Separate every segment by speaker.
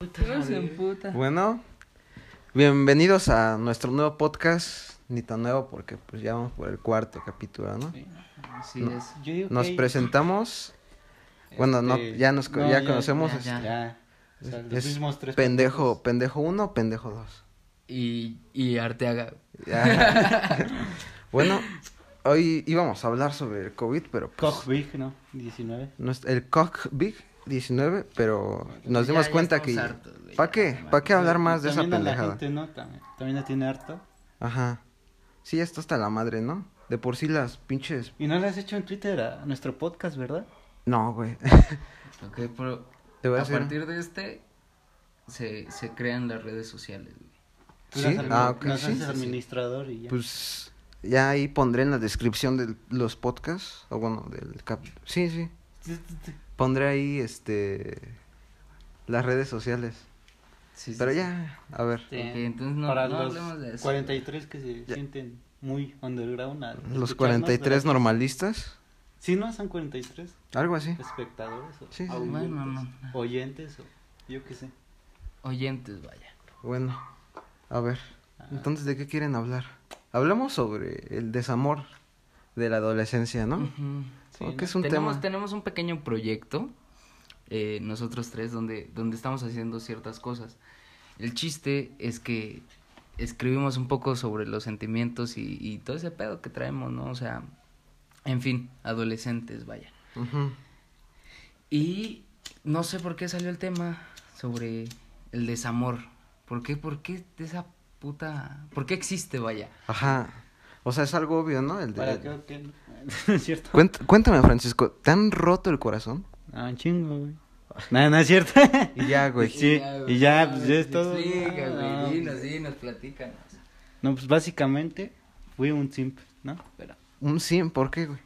Speaker 1: No se emputa.
Speaker 2: Bueno, bienvenidos a nuestro nuevo podcast, ni tan nuevo porque pues ya vamos por el cuarto capítulo, ¿no?
Speaker 1: Sí, Así
Speaker 2: No.
Speaker 1: es. Yo digo
Speaker 2: Nos
Speaker 1: que-
Speaker 2: presentamos, bueno, no,
Speaker 1: este,
Speaker 2: ya nos co-
Speaker 1: no,
Speaker 2: ya conocemos,
Speaker 1: Ya,
Speaker 3: este,
Speaker 1: ya. O sea, los
Speaker 2: es
Speaker 1: mismos tres.
Speaker 2: pendejo, pendejo uno, pendejo dos.
Speaker 3: Y, y Arteaga.
Speaker 2: Ya. bueno, hoy íbamos a hablar sobre el COVID, pero pues,
Speaker 1: Cochbig, ¿no? 19.
Speaker 2: no es- el Cock Big 19, pero nos
Speaker 3: Ya-
Speaker 2: dimos
Speaker 3: ya
Speaker 2: cuenta que...
Speaker 3: estamos hartos, güey,
Speaker 2: ¿Para
Speaker 3: ya,
Speaker 2: qué?
Speaker 3: no
Speaker 2: ¿Para qué hablar
Speaker 1: Y
Speaker 2: más de esa
Speaker 1: también a la
Speaker 2: pendejada?
Speaker 1: gente, ¿no? También, también la tiene harta.
Speaker 2: Ajá. Sí, ya está hasta la madre, ¿no? De por sí las pinches...
Speaker 1: Y no la has hecho en Twitter a nuestro podcast, ¿verdad?
Speaker 2: No, güey.
Speaker 3: Ok, pero
Speaker 2: Te voy a
Speaker 3: a
Speaker 2: hacer...
Speaker 3: partir de este se, se crean las redes sociales. güey.
Speaker 1: Tú
Speaker 2: Sí,
Speaker 1: eras admi-
Speaker 2: ah, ok,
Speaker 1: nos
Speaker 2: sí.
Speaker 1: haces administrador y ya.
Speaker 2: Pues ya ahí pondré en la descripción de los podcasts, o bueno, del cap... Sí, sí. Pondré ahí, este... Las redes sociales.
Speaker 3: Sí, sí,
Speaker 2: Pero
Speaker 3: sí.
Speaker 2: ya, a ver.
Speaker 1: Este,
Speaker 3: ok, entonces no-
Speaker 1: para
Speaker 3: no
Speaker 1: los
Speaker 3: hablemos de eso.
Speaker 1: 43 que se
Speaker 2: Ya.
Speaker 1: sienten muy underground. al
Speaker 2: Los
Speaker 1: escucharnos,
Speaker 2: 43
Speaker 1: ¿verdad?
Speaker 2: normalistas.
Speaker 1: Sí, no, son 43
Speaker 2: Algo así.
Speaker 1: espectadores o
Speaker 2: Sí, sí.
Speaker 1: audientes,
Speaker 3: Bueno, no.
Speaker 1: oyentes o yo qué sé.
Speaker 3: Oyentes, vaya.
Speaker 2: Bueno, a ver. Entonces, ¿de qué quieren hablar? Hablamos sobre el desamor de la adolescencia, ¿no?
Speaker 3: Ujú.
Speaker 1: Sí,
Speaker 2: Porque
Speaker 1: ¿no?
Speaker 2: es un
Speaker 3: tenemos,
Speaker 2: tema.
Speaker 3: tenemos un pequeño proyecto, eh, nosotros tres, donde, donde estamos haciendo ciertas cosas. El chiste es que escribimos un poco sobre los sentimientos y, y todo ese pedo que traemos, ¿no? O sea, en fin, adolescentes, vaya.
Speaker 2: Ujú.
Speaker 3: Y no sé por qué salió el tema sobre el desamor. ¿Por qué? ¿Por qué de esa puta... ¿Por qué existe, vaya?
Speaker 2: Ajá. O sea, es algo obvio, ¿no? El de-
Speaker 1: Para que que no es cierto.
Speaker 2: Cuént- Cuéntame, Francisco, ¿te han roto el corazón?
Speaker 1: Ah, un chingo, güey. No, no es cierto.
Speaker 2: Y ya, güey.
Speaker 1: Sí, y ya, pues, ya es todo.
Speaker 3: Explica,
Speaker 1: Ah,
Speaker 3: güey, dinos, dinos, platícanos.
Speaker 1: no, pues básicamente fui un simp, ¿no? Pero
Speaker 2: Un 100, ¿por qué, güey?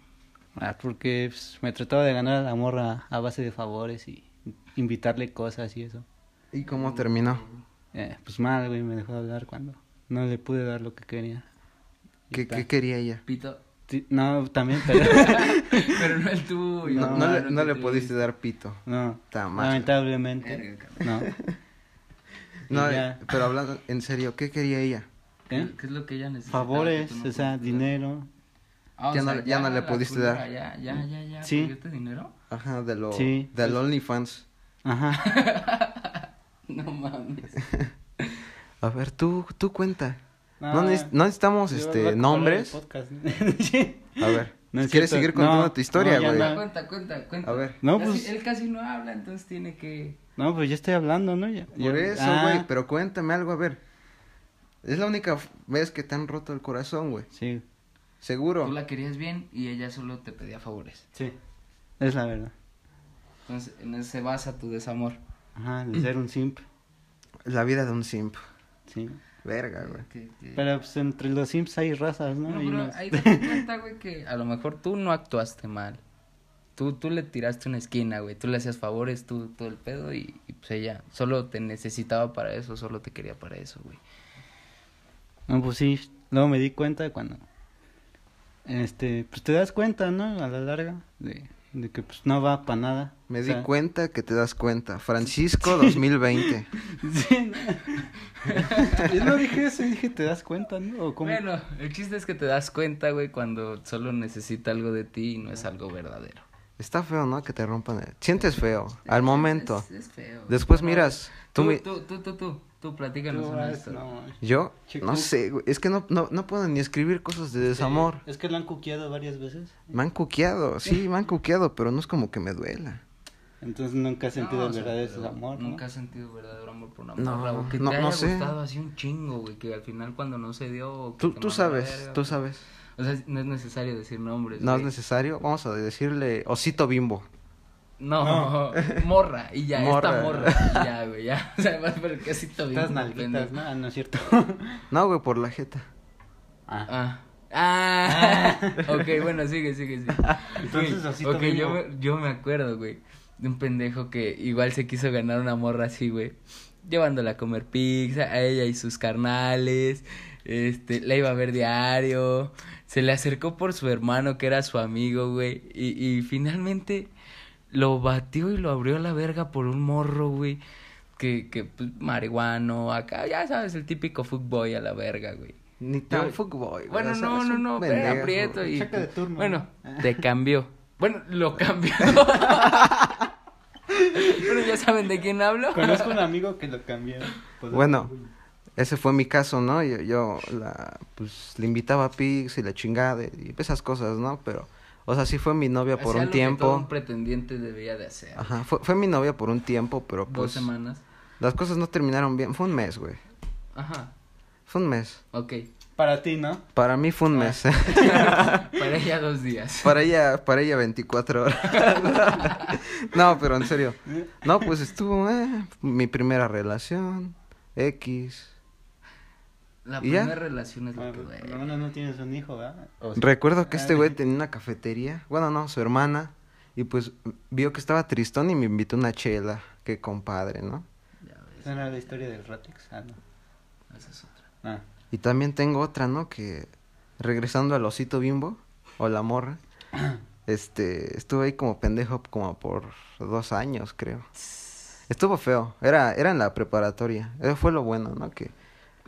Speaker 1: ah, porque pues, me trataba de ganar a la morra a base de favores y invitarle cosas y eso.
Speaker 2: ¿Y cómo terminó?
Speaker 1: Eh, pues mal, güey, me dejó de hablar cuando no le pude dar lo que quería. Y
Speaker 2: ¿Qué,
Speaker 1: ta-
Speaker 2: qué quería ella?
Speaker 3: Pito,
Speaker 1: Sí, No, también, pero...
Speaker 3: pero no el tuyo.
Speaker 2: No, no le, no
Speaker 3: el
Speaker 2: le
Speaker 3: tuyo.
Speaker 2: pudiste dar pito.
Speaker 1: no,
Speaker 2: Ta madre.
Speaker 1: lamentablemente.
Speaker 3: Verga,
Speaker 1: No.
Speaker 2: No,
Speaker 1: Y ya.
Speaker 2: eh, pero hablando en serio, ¿qué quería ella?
Speaker 1: ¿Eh?
Speaker 3: ¿Qué es lo que ella necesita?
Speaker 1: Favores, o sea, dinero.
Speaker 3: Ah,
Speaker 2: Ya no- ya no le pudiste dar.
Speaker 3: Ya, ya, ya, ya.
Speaker 1: Sí.
Speaker 3: ¿Perdiste dinero?
Speaker 2: Ajá, de lo...
Speaker 1: Sí.
Speaker 2: Del OnlyFans.
Speaker 1: Ajá.
Speaker 3: No mames.
Speaker 2: A ver, tú, tú cuenta.
Speaker 1: No,
Speaker 2: No, neces- no necesitamos,
Speaker 1: Ah, Yo voy a
Speaker 2: este,
Speaker 1: correr
Speaker 2: nombres.
Speaker 1: el podcast. Sí.
Speaker 2: A ver,
Speaker 1: No es
Speaker 2: ¿quieres
Speaker 1: cierto.
Speaker 2: seguir contando
Speaker 1: No,
Speaker 2: tu historia,
Speaker 1: no, ya
Speaker 2: güey?
Speaker 1: no.
Speaker 3: Cuenta, cuenta, cuenta.
Speaker 2: A ver.
Speaker 1: No,
Speaker 3: Casi-
Speaker 1: pues-
Speaker 3: Él casi no habla, entonces tiene que...
Speaker 1: No, pues yo estoy hablando, ¿no? Ya- yo-
Speaker 2: Por eso,
Speaker 1: Ah,
Speaker 2: güey, pero cuéntame algo, a ver. Es la única f- vez que te han roto el corazón, güey.
Speaker 1: Sí,
Speaker 2: Seguro.
Speaker 3: Tú la querías bien y ella solo te pedía favores.
Speaker 1: sí. Es la verdad.
Speaker 3: Entonces, en eso se basa tu desamor.
Speaker 1: Ajá,
Speaker 2: Mm.
Speaker 1: de ser un simp.
Speaker 2: La vida de un simp.
Speaker 1: Sí.
Speaker 2: Verga, güey.
Speaker 3: Eh, Que- que-
Speaker 1: Pero pues entre los simps hay razas, ¿no?
Speaker 3: No,
Speaker 1: Y
Speaker 3: pero
Speaker 1: nos-
Speaker 3: ahí te das cuenta, güey, que a lo mejor tú no actuaste mal. Tú, tú le tiraste una esquina, güey. Tú le hacías favores, tú todo el pedo y, y, pues ella solo te necesitaba para eso, solo te quería para eso, güey.
Speaker 1: No, pues sí. Luego me di cuenta cuando. Este, pues te das cuenta, ¿no? A la larga. De, de que pues no va para nada.
Speaker 2: Me
Speaker 1: O
Speaker 2: di
Speaker 1: sea,
Speaker 2: cuenta que te das cuenta. Francisco 2020.
Speaker 1: Sí, no. Yo no dije eso, yo dije te das cuenta, ¿no? O como.
Speaker 3: Bueno, el chiste es que te das cuenta, güey, cuando solo necesita algo de ti y no es algo verdadero.
Speaker 2: Está feo, ¿no? Que te rompan el... Sientes feo. Al momento.
Speaker 3: Es, es feo. güey.
Speaker 2: Después
Speaker 3: Pero,
Speaker 2: miras. Tú,
Speaker 3: Tú,
Speaker 2: mi-
Speaker 3: tú, tú, tú, tú, tú, platícanos
Speaker 1: Tú
Speaker 3: una
Speaker 1: vas,
Speaker 3: historia.
Speaker 1: no.
Speaker 2: Yo,
Speaker 1: Chico.
Speaker 2: no sé, güey. Es que no, no, no puedo ni escribir cosas de desamor.
Speaker 1: Es que lo han cuqueado varias veces.
Speaker 2: Me han cuqueado, sí, me han cuqueado, pero no es como que me duela.
Speaker 1: Entonces nunca has sentido
Speaker 3: No,
Speaker 1: el
Speaker 3: o sea,
Speaker 1: verdadero
Speaker 3: pero
Speaker 1: amor. ¿no?
Speaker 3: Nunca has sentido verdadero amor por una
Speaker 2: No,
Speaker 3: morra, o que
Speaker 2: no-
Speaker 3: te
Speaker 2: no
Speaker 3: haya
Speaker 2: sé.
Speaker 3: gustado así un chingo, güey, que al final cuando no se dio... o que
Speaker 2: Tú,
Speaker 3: te
Speaker 2: tú
Speaker 3: mandó
Speaker 2: sabes,
Speaker 3: verga,
Speaker 2: tú
Speaker 3: o-
Speaker 2: sabes.
Speaker 3: O sea, no es necesario decir nombres,
Speaker 2: No es
Speaker 3: güey.
Speaker 2: necesario. Vamos a decirle osito bimbo.
Speaker 3: No, morra, y ya,
Speaker 2: Morra.
Speaker 3: esta morra, y ya, güey, ya. O sea, vas por el casito bien.
Speaker 1: Estas
Speaker 3: como
Speaker 1: nalguitas,
Speaker 3: pendejo.
Speaker 1: ¿no? Ah, no es cierto.
Speaker 2: No, güey, por la jeta.
Speaker 1: ah.
Speaker 3: Ah. Ah, ok, bueno, sigue, sigue, sigue.
Speaker 1: Entonces,
Speaker 3: Ok,
Speaker 1: así
Speaker 3: Ok,
Speaker 1: también,
Speaker 3: yo
Speaker 1: ¿no?
Speaker 3: me, yo me acuerdo, güey, de un pendejo que igual se quiso ganar una morra así, güey. Llevándola a comer pizza, a ella y sus carnales. Este, la iba a ver diario. Se le acercó por su hermano, que era su amigo, güey. Y, y finalmente lo batió y lo abrió a la verga por un morro, güey. que, que pues, marihuano, acá, ya sabes, el típico fuckboy a la verga, güey.
Speaker 2: Ni
Speaker 3: Yo-
Speaker 2: tan fuckboy. güey,
Speaker 3: Bueno,
Speaker 2: o sea,
Speaker 3: no,
Speaker 2: es
Speaker 3: no,
Speaker 2: un
Speaker 3: no, pero
Speaker 2: pendejo. Ah.
Speaker 3: aprieto y...
Speaker 1: Chaca de turno.
Speaker 3: Bueno, te cambió. Bueno, lo cambió. bueno, ya saben de quién hablo.
Speaker 1: Conozco un amigo que lo cambió. Pues,
Speaker 2: Bueno, ese fue mi caso, ¿no? Yo, yo la, pues, le invitaba a Pix y la chingada y esas cosas, ¿no? Pero, o sea, sí fue mi novia por
Speaker 3: Hacía
Speaker 2: un
Speaker 3: lo que todo un
Speaker 2: tiempo.
Speaker 3: pretendiente debía de hacer.
Speaker 2: Ajá, fue, fue mi novia por un tiempo, pero
Speaker 3: Dos
Speaker 2: pues
Speaker 3: semanas.
Speaker 2: las cosas no terminaron bien. Fue un mes, güey.
Speaker 3: Ajá,
Speaker 2: Fue un mes.
Speaker 3: ok.
Speaker 1: Para ti, ¿no?
Speaker 2: Para mí fue un
Speaker 3: Ah.
Speaker 2: mes.
Speaker 3: Para ella dos días.
Speaker 2: para ella, para ella 24 horas. no, pero en serio.
Speaker 3: ¿Eh?
Speaker 2: No, pues estuvo, eh, mi primera relación, X.
Speaker 3: La
Speaker 2: ¿Y ya?
Speaker 3: primera relación es lo
Speaker 1: Bueno, pues,
Speaker 3: que
Speaker 1: por
Speaker 3: duele. Oh.
Speaker 1: lo menos no tienes un hijo, ¿verdad? O sí.
Speaker 2: Recuerdo que este
Speaker 1: Ah,
Speaker 2: güey tenía una cafetería, bueno, no, su hermana, y pues vio que estaba tristón y me invitó una chela, qué compadre, ¿no?
Speaker 3: Ya ves,
Speaker 1: ¿esa era la historia del Ratex? Ah, no.
Speaker 3: esa es otra.
Speaker 1: Ah.
Speaker 2: Y también tengo otra, ¿no? Que regresando al osito bimbo, o la morra, este, estuve ahí como pendejo como por dos años, creo. Estuvo feo, era, era en la preparatoria, eso fue lo bueno, ¿no? Que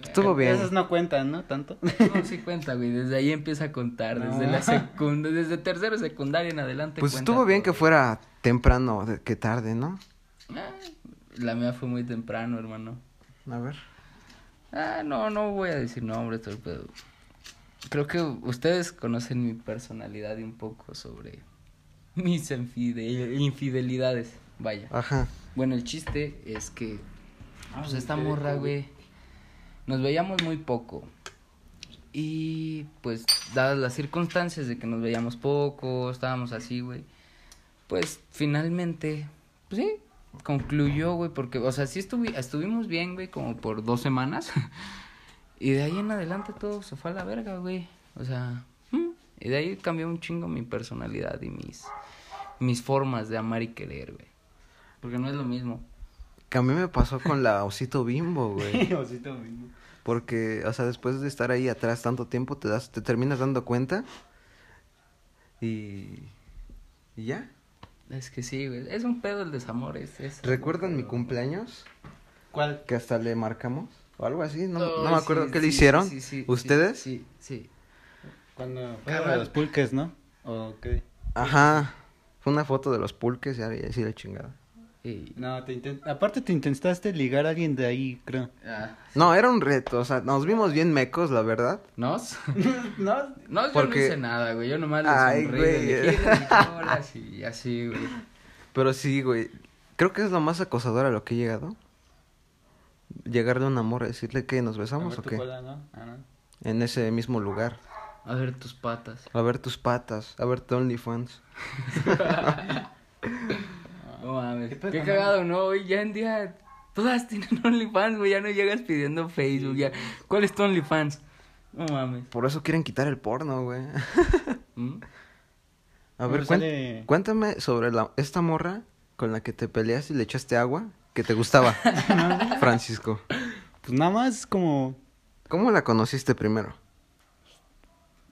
Speaker 2: estuvo
Speaker 1: Esas
Speaker 2: bien.
Speaker 1: no cuentan, ¿no? Tanto.
Speaker 3: No, sí cuenta, güey. Desde ahí empieza a contar. Desde
Speaker 1: No.
Speaker 3: la secundaria, desde tercero secundaria en adelante.
Speaker 2: Pues
Speaker 3: cuenta
Speaker 2: estuvo bien
Speaker 3: todo.
Speaker 2: que fuera temprano de- que tarde, ¿no?
Speaker 3: Ah, La mía fue muy temprano, hermano.
Speaker 2: A ver.
Speaker 3: Ah, no, no voy a decir nombres, todo el pedo. Creo que ustedes conocen mi personalidad y un poco sobre mis infide- infidelidades. Vaya.
Speaker 2: Ajá.
Speaker 3: Bueno, el chiste es que pues esta morra, güey, nos veíamos muy poco. Y pues dadas las circunstancias de que nos veíamos poco, estábamos así, güey, pues finalmente, pues sí, concluyó, güey, porque, o sea, sí estuvi- estuvimos bien, güey, como por dos semanas. y de ahí en adelante todo se fue a la verga, güey. O sea, mm, y de ahí cambió un chingo mi personalidad y mis, mis formas de amar y querer, güey. Porque no es lo mismo.
Speaker 2: Que a mí me pasó con la osito bimbo, güey.
Speaker 1: Osito Bimbo.
Speaker 2: Porque, o sea, después de estar ahí atrás tanto tiempo, te das, te terminas dando cuenta. Y. Y ya.
Speaker 3: Es que sí, güey. Es un pedo el desamor, es, es
Speaker 2: ¿Recuerdan mi cumpleaños?
Speaker 1: ¿Cuál?
Speaker 2: Que hasta le marcamos. O algo así. No,
Speaker 3: Ay,
Speaker 2: no me acuerdo
Speaker 3: Oh, sí,
Speaker 2: qué le
Speaker 3: sí,
Speaker 2: hicieron.
Speaker 3: sí, sí, sí,
Speaker 2: ¿Ustedes?
Speaker 3: Sí, sí.
Speaker 1: Cuando fue
Speaker 3: Carnal.
Speaker 1: de los pulques, ¿no? ¿O qué?
Speaker 2: Ajá. Fue una foto de los pulques y así la chingada.
Speaker 3: Y-
Speaker 1: No, te inten- aparte te intentaste ligar a alguien de ahí, creo.
Speaker 3: ah,
Speaker 2: No, era un reto. O sea, nos vimos bien mecos, la verdad.
Speaker 3: ¿Nos?
Speaker 1: no,
Speaker 3: Nos,
Speaker 2: Porque-
Speaker 3: yo no hice nada, güey. Yo nomás le
Speaker 2: Ay,
Speaker 3: sonreí.
Speaker 2: güey.
Speaker 3: le dije, "Hey, hola", y así, güey.
Speaker 2: Pero sí, güey. Creo que es lo más acosador a lo que he llegado. Llegarle a un amor y decirle que nos
Speaker 1: a
Speaker 2: besamos
Speaker 1: ver
Speaker 2: o
Speaker 1: tu
Speaker 2: qué.
Speaker 1: cola, ¿no? Ah, no.
Speaker 2: En ese mismo lugar.
Speaker 3: A ver tus patas.
Speaker 2: A ver tus patas, a ver tu OnlyFans.
Speaker 3: No mames.
Speaker 1: ¿Qué
Speaker 3: Qué,
Speaker 1: pedo, no?
Speaker 3: cagado, ¿no? Hoy ya en día todas tienen OnlyFans, güey. Ya no llegas pidiendo Facebook. Ya. ¿Cuál es tu OnlyFans? No mames.
Speaker 2: Por eso quieren quitar el porno, güey.
Speaker 3: ¿Mm?
Speaker 2: A
Speaker 1: No,
Speaker 2: ver,
Speaker 1: pues
Speaker 2: cuen-
Speaker 1: sale-
Speaker 2: cuéntame sobre la, esta morra con la que te peleaste y le echaste agua que te gustaba, Francisco.
Speaker 1: Pues nada más como,
Speaker 2: ¿Cómo la conociste primero?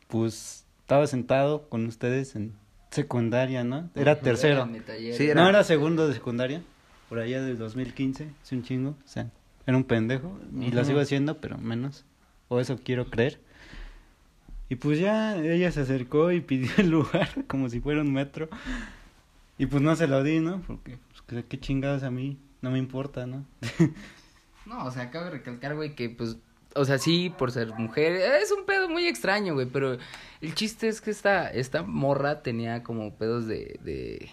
Speaker 1: pues estaba sentado con ustedes en secundaria, ¿no? Era tercero.
Speaker 3: En mi taller.
Speaker 2: Sí, era-
Speaker 1: No, era segundo de secundaria, por allá del 2015, hace un chingo, o sea, era un pendejo, y lo
Speaker 2: Ujú.
Speaker 1: sigo haciendo, pero menos, o eso quiero creer. Y pues ya ella se acercó y pidió el lugar como si fuera un metro, y pues no se lo di, ¿no? Porque, pues, qué- qué chingados a mí, no me importa, ¿no?
Speaker 3: No, o sea, cabe recalcar, güey, que pues, o sea, sí, por ser mujer, es un pedo muy extraño, güey, pero el chiste es que esta, esta morra tenía como pedos de, de...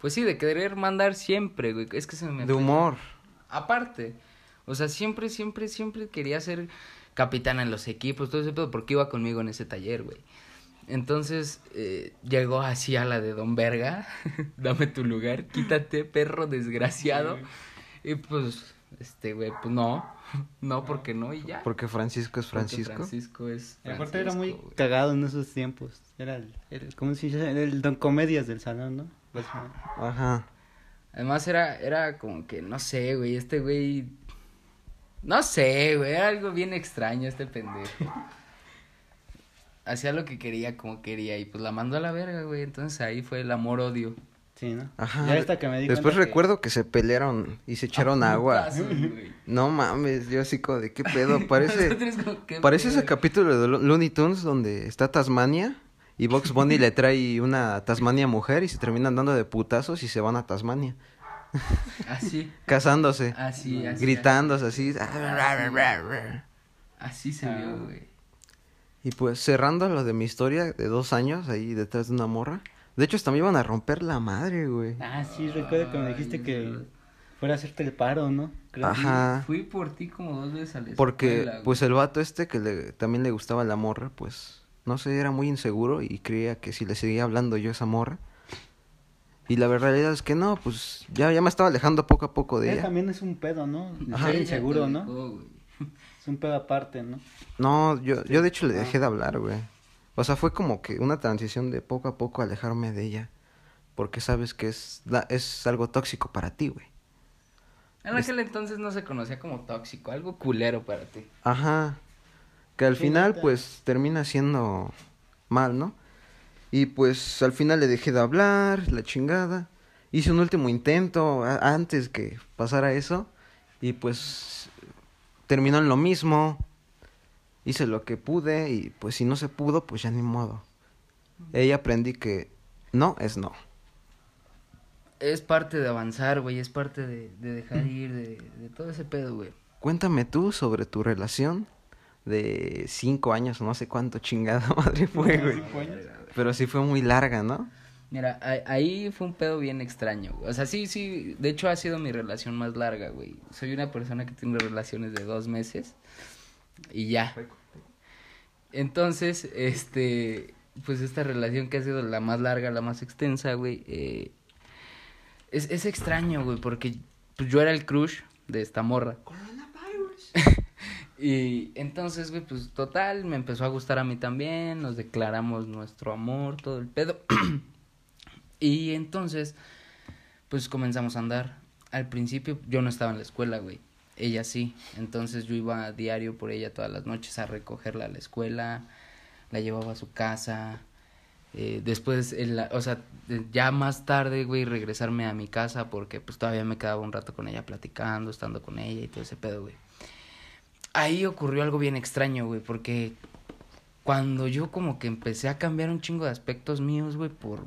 Speaker 3: Pues sí, de querer mandar siempre, güey, es que se me...
Speaker 2: De
Speaker 3: fue.
Speaker 2: humor.
Speaker 3: Aparte, o sea, siempre, siempre, siempre quería ser capitana en los equipos, todo ese pedo, porque iba conmigo en ese taller, güey. Entonces, eh, llegó así a la de Don Verga, dame tu lugar, quítate, perro desgraciado. Y pues, este, güey, pues no, no, porque no, y ya.
Speaker 2: Porque Francisco es
Speaker 3: Porque
Speaker 2: Francisco.
Speaker 3: Francisco es
Speaker 1: Y aparte era muy
Speaker 3: Francisco, güey.
Speaker 1: cagado en esos tiempos, era el, el- ¿cómo se dice? Era el don comedias del salón, ¿no? Pues, ¿no?
Speaker 2: Ajá.
Speaker 3: Además era, era como que, no sé, güey, este güey... No sé, güey, era algo bien extraño este pendejo. Hacía lo que quería, como quería, y pues la mandó a la verga, güey. Entonces ahí fue el amor-odio.
Speaker 1: Sí, ¿no?
Speaker 2: Ajá.
Speaker 1: Ya esta que me di
Speaker 2: Después
Speaker 1: cuenta que-
Speaker 2: recuerdo que... se pelearon y se echaron agua.
Speaker 3: Putazos, güey.
Speaker 2: No mames, yo así como de qué pedo. Parece,
Speaker 3: Nosotros como, ¿qué
Speaker 2: parece
Speaker 3: pedo?
Speaker 2: ese capítulo de Lo- Looney Tunes donde está Tasmania y Box Bunny le trae una Tasmania mujer y se terminan dando de putazos y se van a Tasmania.
Speaker 3: Así,
Speaker 2: Casándose,
Speaker 3: así, así.
Speaker 2: gritándose así.
Speaker 3: Así se
Speaker 1: Ah.
Speaker 3: vio, güey.
Speaker 2: Y pues cerrando lo de mi historia de dos años ahí detrás de una morra. De hecho, hasta me iban a romper la madre, güey.
Speaker 1: Ah, sí, recuerdo que me dijiste
Speaker 3: Ay,
Speaker 1: que
Speaker 3: Dios.
Speaker 1: fuera a hacerte el paro, ¿no? Creo.
Speaker 2: Ajá.
Speaker 3: Fui por ti como dos veces a la
Speaker 2: Porque,
Speaker 3: escuela, güey.
Speaker 2: pues, el vato este que le, también le gustaba la morra, pues, no sé, era muy inseguro y creía que si le seguía hablando yo a esa morra. Y la realidad es que no, pues, ya, ya me estaba alejando poco a poco de
Speaker 1: Él
Speaker 2: ella.
Speaker 1: también es un pedo, ¿no? De
Speaker 3: Ella
Speaker 1: Ser
Speaker 3: te
Speaker 1: inseguro, ¿no?
Speaker 3: dejó, güey.
Speaker 1: Es un pedo aparte, ¿no?
Speaker 2: No, yo, yo de hecho le dejé de hablar, güey. O sea, fue como que una transición de poco a poco alejarme de ella. Porque sabes que es, da- es algo tóxico para ti, güey.
Speaker 3: En
Speaker 2: Pues-
Speaker 3: aquel entonces no se conocía como tóxico, algo culero para ti.
Speaker 2: Ajá. Que al
Speaker 1: Sí,
Speaker 2: final,
Speaker 1: neta.
Speaker 2: pues, termina siendo mal, ¿no? Y pues al final le dejé de hablar, la chingada. Hice un último intento a- antes que pasara eso. Y pues terminó en lo mismo. Hice lo que pude y pues si no se pudo, pues ya ni modo. Ella aprendí que no es no.
Speaker 3: Es parte de avanzar, güey, es parte de, de dejar ir, de, de todo ese pedo, güey.
Speaker 2: Cuéntame tú sobre tu relación de cinco años, no sé cuánto chingada madre fue, güey.
Speaker 1: Cinco años.
Speaker 2: Pero sí fue muy larga, ¿no?
Speaker 3: Mira, a- ahí fue un pedo bien extraño, güey. O sea, sí, sí, de hecho ha sido mi relación más larga, güey. Soy una persona que tiene relaciones de dos meses y ya. Entonces, este, pues esta relación que ha sido la más larga, la más extensa, güey, eh, es, es extraño, güey, porque pues, yo era el crush de esta morra. Y entonces, güey, pues total, me empezó a gustar a mí también, nos declaramos nuestro amor, todo el pedo. y entonces, pues comenzamos a andar. Al principio yo no estaba en la escuela, güey. Ella sí. Entonces yo iba a diario por ella todas las noches a recogerla a la escuela, la llevaba a su casa. eh, después, en la- o sea, de- ya más tarde, güey, regresarme a mi casa porque pues todavía me quedaba un rato con ella platicando, estando con ella y todo ese pedo, güey ahí ocurrió algo bien extraño, güey, porque cuando yo como que empecé a cambiar un chingo de aspectos míos, güey, por,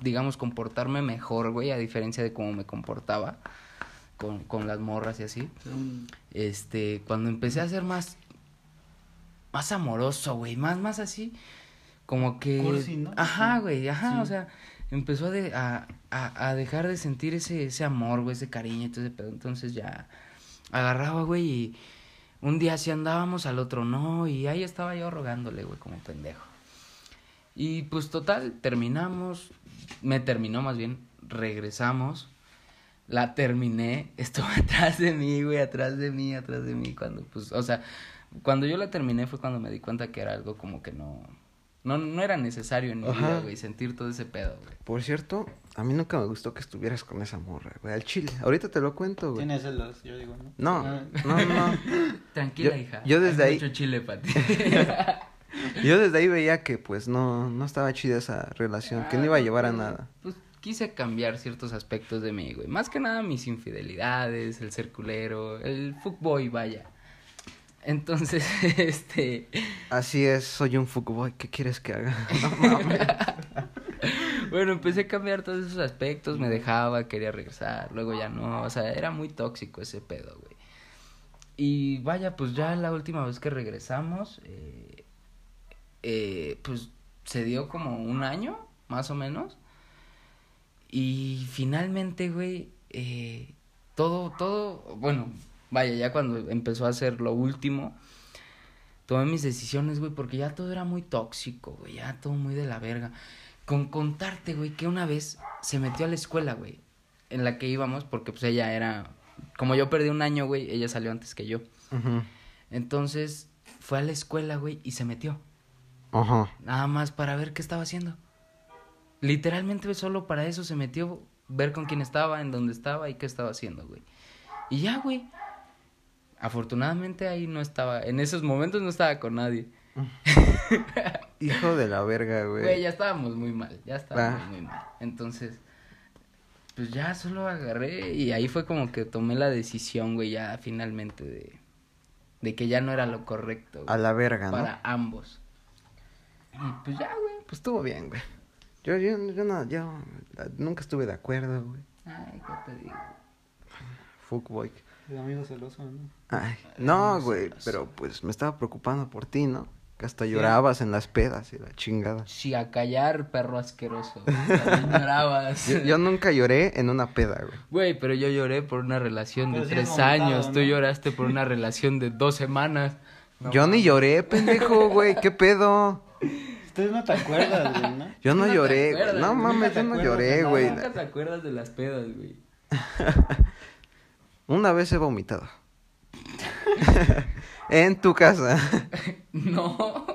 Speaker 3: digamos, comportarme mejor, güey, a diferencia de cómo me comportaba con, con las morras y así, este, cuando empecé a ser más, más amoroso, güey, más, más así, como que...
Speaker 1: Cursi, ¿no?
Speaker 3: Ajá,
Speaker 1: Sí.
Speaker 3: güey, ajá,
Speaker 1: Sí.
Speaker 3: o sea, empezó a, de- a, a, a dejar de sentir ese, ese amor, güey, ese cariño, y todo ese pedo, entonces ya agarraba, güey, y... Un día sí andábamos, al otro no, y ahí estaba yo rogándole, güey, como pendejo. Y pues total, terminamos, me terminó más bien, regresamos, la terminé, estuvo atrás de mí, güey, atrás de mí, atrás de mí, cuando pues, o sea, cuando yo la terminé fue cuando me di cuenta que era algo como que no, no, no era necesario en mi
Speaker 2: Ajá.
Speaker 3: vida, güey, sentir todo ese pedo, güey.
Speaker 2: Por cierto, a mí nunca me gustó que estuvieras con esa morra, güey, al chile. Ahorita te lo cuento, güey.
Speaker 1: Tiene celos, yo digo, ¿no?
Speaker 2: No,
Speaker 1: Ah,
Speaker 2: no, no.
Speaker 3: Tranquila,
Speaker 2: Yo-
Speaker 3: hija.
Speaker 2: yo desde
Speaker 3: hay
Speaker 2: ahí-
Speaker 3: Mucho chile para ti.
Speaker 2: Yo desde ahí veía que, pues, no, no estaba chida esa relación, que no iba a llevar
Speaker 1: Ah,
Speaker 2: a nada.
Speaker 3: Pues quise cambiar ciertos aspectos de mí, güey. Más que nada mis infidelidades, el ser culero, el fuckboy, vaya. Entonces, este,
Speaker 2: Así es, soy un fuckboy, ¿qué quieres que haga? No mames.
Speaker 3: bueno, empecé a cambiar todos esos aspectos, me dejaba, quería regresar, luego ya no, o sea, era muy tóxico ese pedo, güey. Y vaya, pues ya la última vez que regresamos, eh, eh, pues se dio como un año, más o menos. Y finalmente, güey, eh, todo, todo, bueno, vaya, ya cuando empezó a hacer lo último, tomé mis decisiones, güey, porque ya todo era muy tóxico, güey, ya todo muy de la verga. Con contarte, güey, que una vez se metió a la escuela, güey, en la que íbamos, porque pues ella era, como yo perdí un año, güey, ella salió antes que yo.
Speaker 2: Ujú.
Speaker 3: Entonces fue a la escuela, güey, y se metió.
Speaker 2: Ajá.
Speaker 3: Nada más para ver qué estaba haciendo. Literalmente solo para eso se metió, ver con quién estaba, en dónde estaba y qué estaba haciendo, güey. Y ya, güey. Afortunadamente ahí no estaba, en esos momentos no estaba con nadie.
Speaker 2: Hijo de la verga, güey.
Speaker 3: Güey, ya estábamos muy mal, ya estábamos
Speaker 2: Ah.
Speaker 3: muy mal. Entonces, pues ya solo agarré y ahí fue como que tomé la decisión, güey, ya finalmente de, de que ya no era lo correcto. güey,
Speaker 2: A la verga, ¿no?
Speaker 3: Para ambos. Y pues ya, güey.
Speaker 2: Pues estuvo bien, güey. Yo, yo, yo, no, yo eh, nunca estuve de acuerdo, güey.
Speaker 3: Ay, ¿qué te digo?
Speaker 2: Fuckboy.
Speaker 1: El amigo celoso, ¿no?
Speaker 2: Ay, no, güey, pero pues me estaba preocupando por ti, ¿no? Que hasta llorabas en las pedas y la chingada.
Speaker 3: Si a callar, perro asqueroso. güey, También llorabas.
Speaker 2: Yo, yo nunca lloré en una peda, güey.
Speaker 3: Güey, pero yo lloré por una relación
Speaker 1: Pero
Speaker 3: de
Speaker 1: sí
Speaker 3: tres
Speaker 1: has vomitado,
Speaker 3: años. Tú
Speaker 1: ¿no?
Speaker 3: lloraste por una relación de dos semanas.
Speaker 2: yo ni lloré, pendejo, güey, qué pedo.
Speaker 1: Ustedes no te acuerdas, güey, ¿no?
Speaker 2: Yo no,
Speaker 3: te
Speaker 2: lloré,
Speaker 3: acuerdas,
Speaker 2: güey. No
Speaker 3: nunca
Speaker 2: mames,
Speaker 1: te
Speaker 2: yo no
Speaker 1: acuerdas de
Speaker 2: lloré,
Speaker 1: nada.
Speaker 2: Eh, güey.
Speaker 3: Nunca te acuerdas de las pedas, güey.
Speaker 2: Una vez he vomitado. en tu casa.
Speaker 3: No.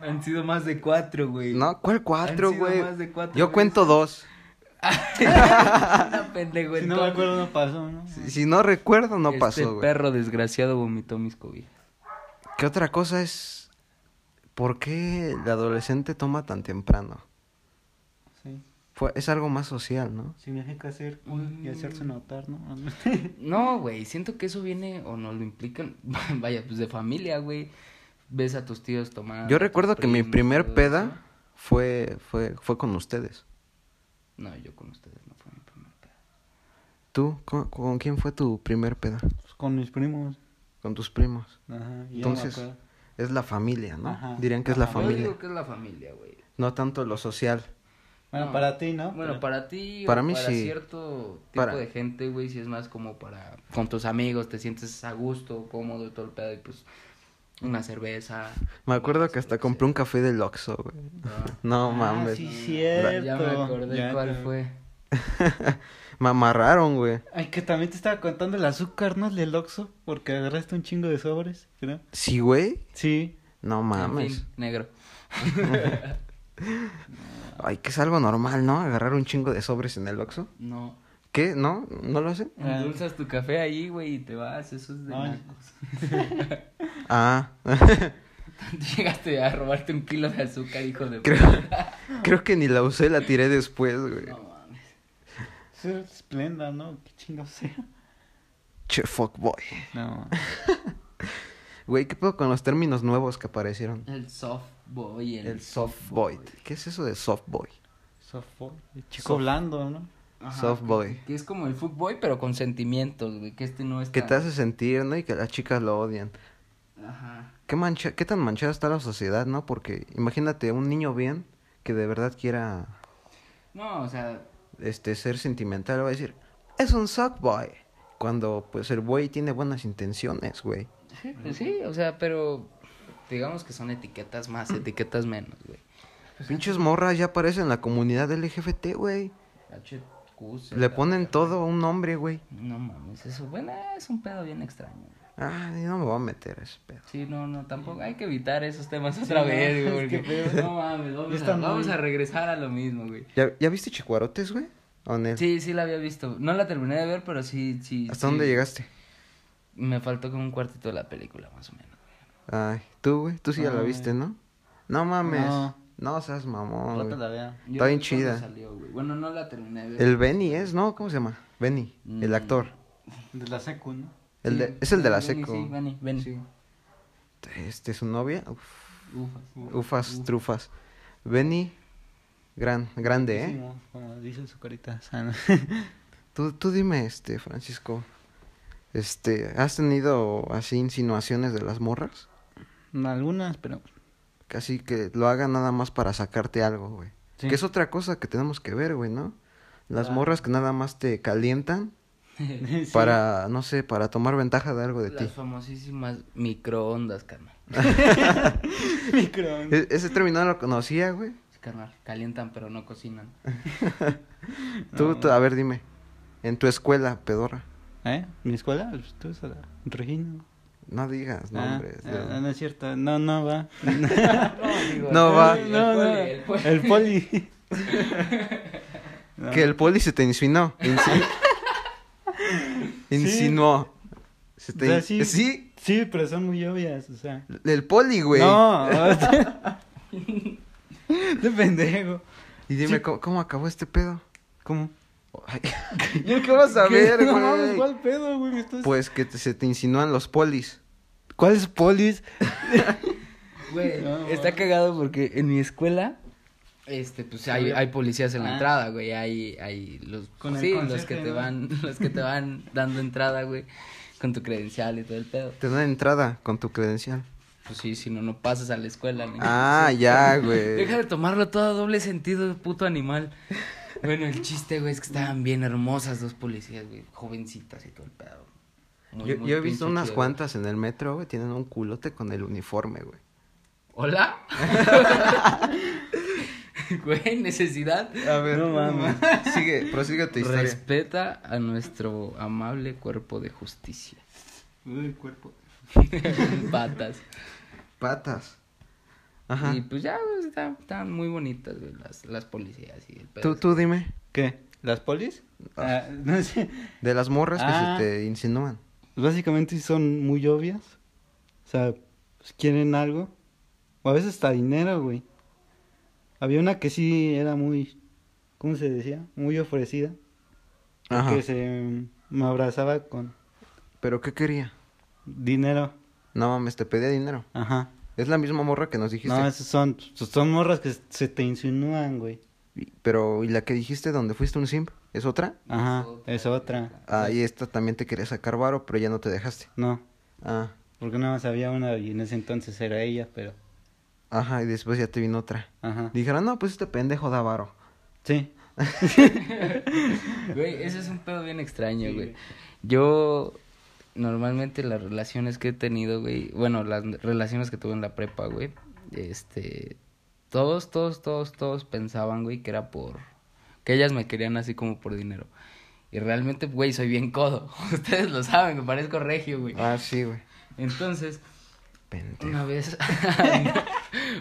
Speaker 3: Han sido más de cuatro, güey.
Speaker 2: No, ¿cuál cuatro,
Speaker 3: Han sido
Speaker 2: güey?
Speaker 3: más de cuatro
Speaker 2: Yo
Speaker 3: veces.
Speaker 2: cuento dos.
Speaker 3: Una pendejo,
Speaker 1: Si no me
Speaker 3: entonces.
Speaker 1: acuerdo, no pasó, ¿no?
Speaker 2: Si, si no recuerdo, no
Speaker 3: Este
Speaker 2: pasó, güey.
Speaker 3: perro desgraciado vomitó mis cobijas.
Speaker 2: ¿Qué otra cosa es? ¿Por qué el adolescente toma tan temprano?
Speaker 1: Sí.
Speaker 2: Fue, es algo más social, ¿no?
Speaker 1: Significa ser
Speaker 3: Mm.
Speaker 1: cool y hacerse notar, ¿no? Pues
Speaker 3: No, güey, siento que eso viene o nos lo implican, vaya, pues de familia, güey. Ves a tus tíos
Speaker 1: Ah,
Speaker 3: tomar.
Speaker 2: Yo
Speaker 3: a tus
Speaker 2: recuerdo que mi
Speaker 3: primos, todo
Speaker 2: primer
Speaker 3: eso.
Speaker 2: peda fue, fue, fue con ustedes.
Speaker 3: No, yo con ustedes no fue mi primer peda.
Speaker 2: ¿Tú? ¿Con, con quién fue tu primer peda?
Speaker 1: Pues con mis primos.
Speaker 2: Con tus primos.
Speaker 1: Ajá. y yo no me
Speaker 2: Entonces,
Speaker 1: acuerdo.
Speaker 2: es la familia, ¿no?
Speaker 1: Ajá.
Speaker 2: Dirían que es la
Speaker 1: Ajá.
Speaker 3: Yo
Speaker 2: familia.
Speaker 3: digo que es la familia, güey.
Speaker 2: No tanto lo social.
Speaker 1: Bueno,
Speaker 3: no.
Speaker 1: para ti, ¿no?
Speaker 3: Bueno,
Speaker 1: Pero-
Speaker 3: para ti, o
Speaker 2: Para mí
Speaker 3: para
Speaker 2: sí.
Speaker 3: cierto tipo
Speaker 2: Para-
Speaker 3: de gente, güey, si es más como para con tus amigos, te sientes a gusto, cómodo, y todo el pedo, y pues una cerveza.
Speaker 2: Me acuerdo que
Speaker 3: lo
Speaker 2: hasta
Speaker 3: que
Speaker 2: compré un café del Oxxo, güey.
Speaker 3: Ah.
Speaker 2: No
Speaker 1: Ah,
Speaker 2: mames.
Speaker 1: Sí,
Speaker 3: sea.
Speaker 1: cierto.
Speaker 3: Ya me acordé
Speaker 1: Ya
Speaker 3: cuál
Speaker 1: te-
Speaker 3: fue.
Speaker 2: Me amarraron, güey.
Speaker 1: Ay, que también te estaba contando el azúcar, ¿no? El del Oxxo, porque agarraste un chingo de sobres, ¿no?
Speaker 2: ¿Sí, güey?
Speaker 1: Sí.
Speaker 2: No
Speaker 3: En
Speaker 2: mames.
Speaker 3: fin, negro.
Speaker 2: Ay, que es algo normal, ¿no? Agarrar un chingo de sobres en el Oxxo.
Speaker 3: No.
Speaker 2: ¿Qué? ¿No? ¿No lo hacen?
Speaker 1: Ah.
Speaker 3: Endulzas tu café ahí, güey, y te vas, eso es de
Speaker 1: Ay.
Speaker 3: nacos.
Speaker 2: Ah.
Speaker 3: Llegaste a robarte un kilo de azúcar, hijo de
Speaker 2: creo,
Speaker 3: puta.
Speaker 2: creo que ni la usé, la tiré después, güey.
Speaker 3: No mames.
Speaker 1: Eso es esplenda, ¿no? Qué chingo sea.
Speaker 2: Che, fuckboy.
Speaker 1: No.
Speaker 2: Güey, ¿qué pedo con los términos nuevos que aparecieron?
Speaker 3: El soft boy, el,
Speaker 2: El softboy. ¿Qué es eso de softboy?
Speaker 1: Sofo. Chico blando, ¿no?
Speaker 3: Ajá,
Speaker 2: Soft
Speaker 3: que-
Speaker 2: boy.
Speaker 3: Que, es como el footboy, pero con sentimientos, güey. Que este no es
Speaker 2: Que
Speaker 3: tan-
Speaker 2: te hace sentir, ¿no? Y que las chicas lo odian.
Speaker 3: Ajá.
Speaker 2: ¿Qué, mancha, ¿Qué tan manchada está la sociedad, no? Porque imagínate un niño bien que de verdad quiera
Speaker 3: No, o sea,
Speaker 2: este, ser sentimental, va a decir, es un sockboy. Cuando pues el güey tiene buenas intenciones, güey.
Speaker 3: sí, pues sí, o sea, pero digamos que son etiquetas más, etiquetas menos, güey.
Speaker 2: Pinches morras ya aparecen en la comunidad LGBT, güey.
Speaker 3: HQ, se
Speaker 2: Le
Speaker 3: la-
Speaker 2: ponen todo a un nombre, güey.
Speaker 3: No mames, eso, bueno, es un pedo bien extraño. güey.
Speaker 2: Ah, no me voy a meter a ese pedo.
Speaker 3: Sí, no, no, tampoco hay que evitar esos temas otra
Speaker 1: no,
Speaker 3: vez,
Speaker 1: es
Speaker 3: güey.
Speaker 1: que
Speaker 3: porque-
Speaker 1: pedo.
Speaker 3: no mames, vamos, a,
Speaker 1: Está muy-
Speaker 3: vamos a regresar a lo mismo, güey.
Speaker 2: ¿Ya, ya viste Chicuarotes, güey? ¿O Nel?
Speaker 3: Sí, sí la había visto. No la terminé de ver, pero sí, sí.
Speaker 2: ¿Hasta
Speaker 3: sí.
Speaker 2: dónde llegaste?
Speaker 3: Me faltó como un cuartito de la película, más o menos.
Speaker 2: Ay, tú, güey. Tú sí ya la
Speaker 1: Ay.
Speaker 2: viste, ¿no? No mames.
Speaker 1: No.
Speaker 2: No, seas mamón.
Speaker 1: No
Speaker 2: Ah, güey.
Speaker 1: te la vea.
Speaker 3: Yo
Speaker 2: Está bien
Speaker 3: vi cuando
Speaker 2: chida.
Speaker 3: salió, güey. Bueno, no la terminé de ver.
Speaker 2: El Benny es, ¿no? ¿Cómo se llama? Benny, el
Speaker 3: Mm.
Speaker 2: actor.
Speaker 1: De la secu, ¿no?
Speaker 2: El
Speaker 3: Sí,
Speaker 2: de- es el de la
Speaker 3: Benny,
Speaker 2: seco.
Speaker 3: Sí, Benny, Benny.
Speaker 2: Este, su novia. uf,
Speaker 3: Ufas.
Speaker 2: ufas, trufas. Benny, gran, grande, ¿eh?
Speaker 1: Muchísimo, Como dice su carita sana.
Speaker 2: Tú, tú dime, este, Francisco. Este, ¿has tenido así insinuaciones de las morras?
Speaker 1: Algunas, pero.
Speaker 2: Casi que lo hagan nada más para sacarte algo, güey.
Speaker 1: Sí.
Speaker 2: Que es otra cosa que tenemos que ver, güey, ¿no? Las
Speaker 1: Ah.
Speaker 2: morras que nada más te calientan
Speaker 1: Sí.
Speaker 2: para, no sé, para tomar ventaja de algo de
Speaker 3: Las
Speaker 2: ti.
Speaker 3: famosísimas microondas, carnal.
Speaker 1: Microondas.
Speaker 2: E- ese término no lo conocía, güey.
Speaker 3: Carnal, calientan pero no cocinan.
Speaker 2: Tú, tú- a ver, dime. En tu escuela, pedorra.
Speaker 1: ¿Eh? ¿Mi escuela? Pues tú es la Regina.
Speaker 2: No digas
Speaker 1: Ah,
Speaker 2: nombres.
Speaker 1: ah,
Speaker 2: de-
Speaker 1: no es cierto. No, no va.
Speaker 3: No, digo,
Speaker 2: No,
Speaker 3: el
Speaker 2: va.
Speaker 3: poli,
Speaker 1: no, no.
Speaker 3: el poli, el
Speaker 1: El
Speaker 3: poli.
Speaker 1: poli. Ah.
Speaker 2: Que el poli se te insinuó. insi- Insinuó. Se te
Speaker 1: O sea,
Speaker 2: in-
Speaker 1: sí.
Speaker 2: sí.
Speaker 1: Sí, pero son muy obvias, o sea.
Speaker 2: el poli, güey.
Speaker 1: No. o sea, De pendejo.
Speaker 2: Y dime,
Speaker 1: Sí.
Speaker 2: ¿cómo, cómo acabó este pedo?
Speaker 1: ¿Cómo?
Speaker 2: Ay, ¿Yo qué vas a ver,
Speaker 1: ¿Qué? No mames,
Speaker 2: güey?
Speaker 1: ¿cuál pedo, güey? Me estás-
Speaker 2: Pues que te- se te insinúan los polis.
Speaker 1: ¿Cuáles polis?
Speaker 3: Güey,
Speaker 1: No,
Speaker 3: está
Speaker 1: mames.
Speaker 3: cagado porque en mi escuela, este, pues hay,
Speaker 1: Había-
Speaker 3: hay policías en la
Speaker 1: Ah.
Speaker 3: entrada, güey, hay, hay los,
Speaker 1: Con el
Speaker 3: sí, los
Speaker 1: conserje,
Speaker 3: que te
Speaker 1: ¿no?
Speaker 3: van, los que te van dando entrada, güey, con tu credencial y todo el pedo.
Speaker 2: Te dan entrada con tu credencial.
Speaker 3: Pues sí, si no, no pasas a la escuela. ni-
Speaker 2: Ah, ya,
Speaker 3: Deja
Speaker 2: güey.
Speaker 3: de tomarlo todo a doble sentido, puto animal. Bueno, el chiste, güey, es que estaban bien hermosas dos policías, güey, jovencitas y todo el pedo. Muy,
Speaker 2: Yo,
Speaker 3: muy
Speaker 2: yo he visto
Speaker 3: pinche
Speaker 2: unas
Speaker 3: chido, güey.
Speaker 2: cuantas en el metro, güey. Tienen un culote con el uniforme, güey.
Speaker 3: ¿Hola? Güey, necesidad.
Speaker 2: A ver,
Speaker 1: No mames.
Speaker 2: Sigue, prosigue tu historia.
Speaker 3: Respeta a nuestro amable cuerpo de justicia.
Speaker 1: Uy, cuerpo.
Speaker 3: Patas.
Speaker 2: Patas. Ajá.
Speaker 3: Y pues ya, güey, están, están muy bonitas, güey, las, las policías y el pedo.
Speaker 2: Tú, tú dime.
Speaker 1: ¿Qué? ¿Las polis?
Speaker 2: Ah.
Speaker 1: Ah, no sé.
Speaker 2: De las morras
Speaker 1: Ah.
Speaker 2: que se te insinúan.
Speaker 1: Pues básicamente sí son muy obvias. O sea, pues, quieren algo. O a veces hasta dinero, güey. Había una que sí era muy, ¿cómo se decía? Muy ofrecida.
Speaker 2: Ajá.
Speaker 1: Que se mm, me abrazaba con
Speaker 2: ¿Pero qué quería?
Speaker 1: dinero.
Speaker 2: No mames, te pedía dinero.
Speaker 1: Ajá.
Speaker 2: Es la misma morra que nos dijiste.
Speaker 1: No, esas son, pues, son morras que se te insinúan, güey.
Speaker 2: Y- Pero, ¿y la que dijiste donde fuiste un simp? ¿Es otra?
Speaker 1: Ajá,
Speaker 3: Es
Speaker 1: es otra.
Speaker 2: Ah, y esta también te quería sacar varo, pero ya no te dejaste.
Speaker 1: No,
Speaker 2: Ah,
Speaker 1: porque nada más había una y en ese entonces era ella, pero...
Speaker 2: ajá, y después ya te vino otra.
Speaker 1: Ajá.
Speaker 2: Dijeron, no, pues este pendejo da varo.
Speaker 1: Sí.
Speaker 3: Güey, ese es un pedo bien extraño,
Speaker 1: Sí,
Speaker 3: güey.
Speaker 1: güey.
Speaker 3: Yo, normalmente las relaciones que he tenido, güey, bueno, las relaciones que tuve en la prepa, güey, este, todos, todos, todos, todos pensaban, güey, que era por, que ellas me querían así como por dinero. Y realmente, güey, soy bien codo. Ustedes lo saben, me parezco regio, güey.
Speaker 2: Ah, sí, güey.
Speaker 3: Entonces,
Speaker 2: Pendejo.
Speaker 3: una vez,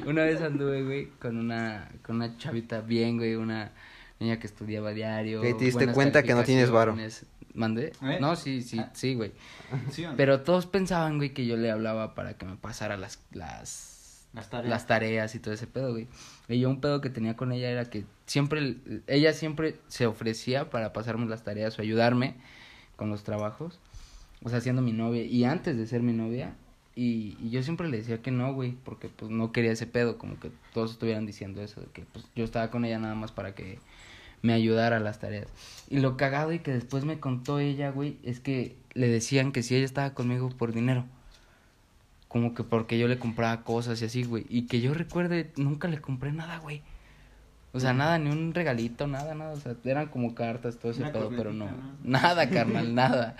Speaker 3: una vez anduve, güey, con una, con una chavita bien, güey, una niña que estudiaba diario.
Speaker 2: ¿Y te diste
Speaker 3: buenas
Speaker 2: cuenta que no tienes varo?
Speaker 3: calificaciones. ¿Mandé?
Speaker 1: ¿Eh?
Speaker 3: No, sí, sí,
Speaker 1: Ah.
Speaker 3: sí, güey.
Speaker 1: ¿Sí o no?
Speaker 3: Pero todos pensaban, güey, que yo le hablaba para que me pasara las, las,
Speaker 1: Las tareas.
Speaker 3: las tareas y todo ese pedo, güey. Y yo un pedo que tenía con ella era que siempre, ella siempre se ofrecía para pasarme las tareas o ayudarme con los trabajos. O sea, siendo mi novia y antes de ser mi novia. Y, y yo siempre le decía que no, güey, porque pues no quería ese pedo, como que todos estuvieran diciendo eso, de que pues yo estaba con ella nada más para que me ayudara a las tareas. Y lo cagado y que después me contó ella, güey, es que le decían que si ella estaba conmigo por dinero. Como que porque yo le compraba cosas y así, güey. Y que yo recuerde, nunca le compré nada, güey. O sea, nada, ni un regalito, nada, nada. O sea, eran como cartas, todo ese
Speaker 1: Una
Speaker 3: pedo, pero no.
Speaker 1: cornetita,
Speaker 3: Nada, carnal, nada.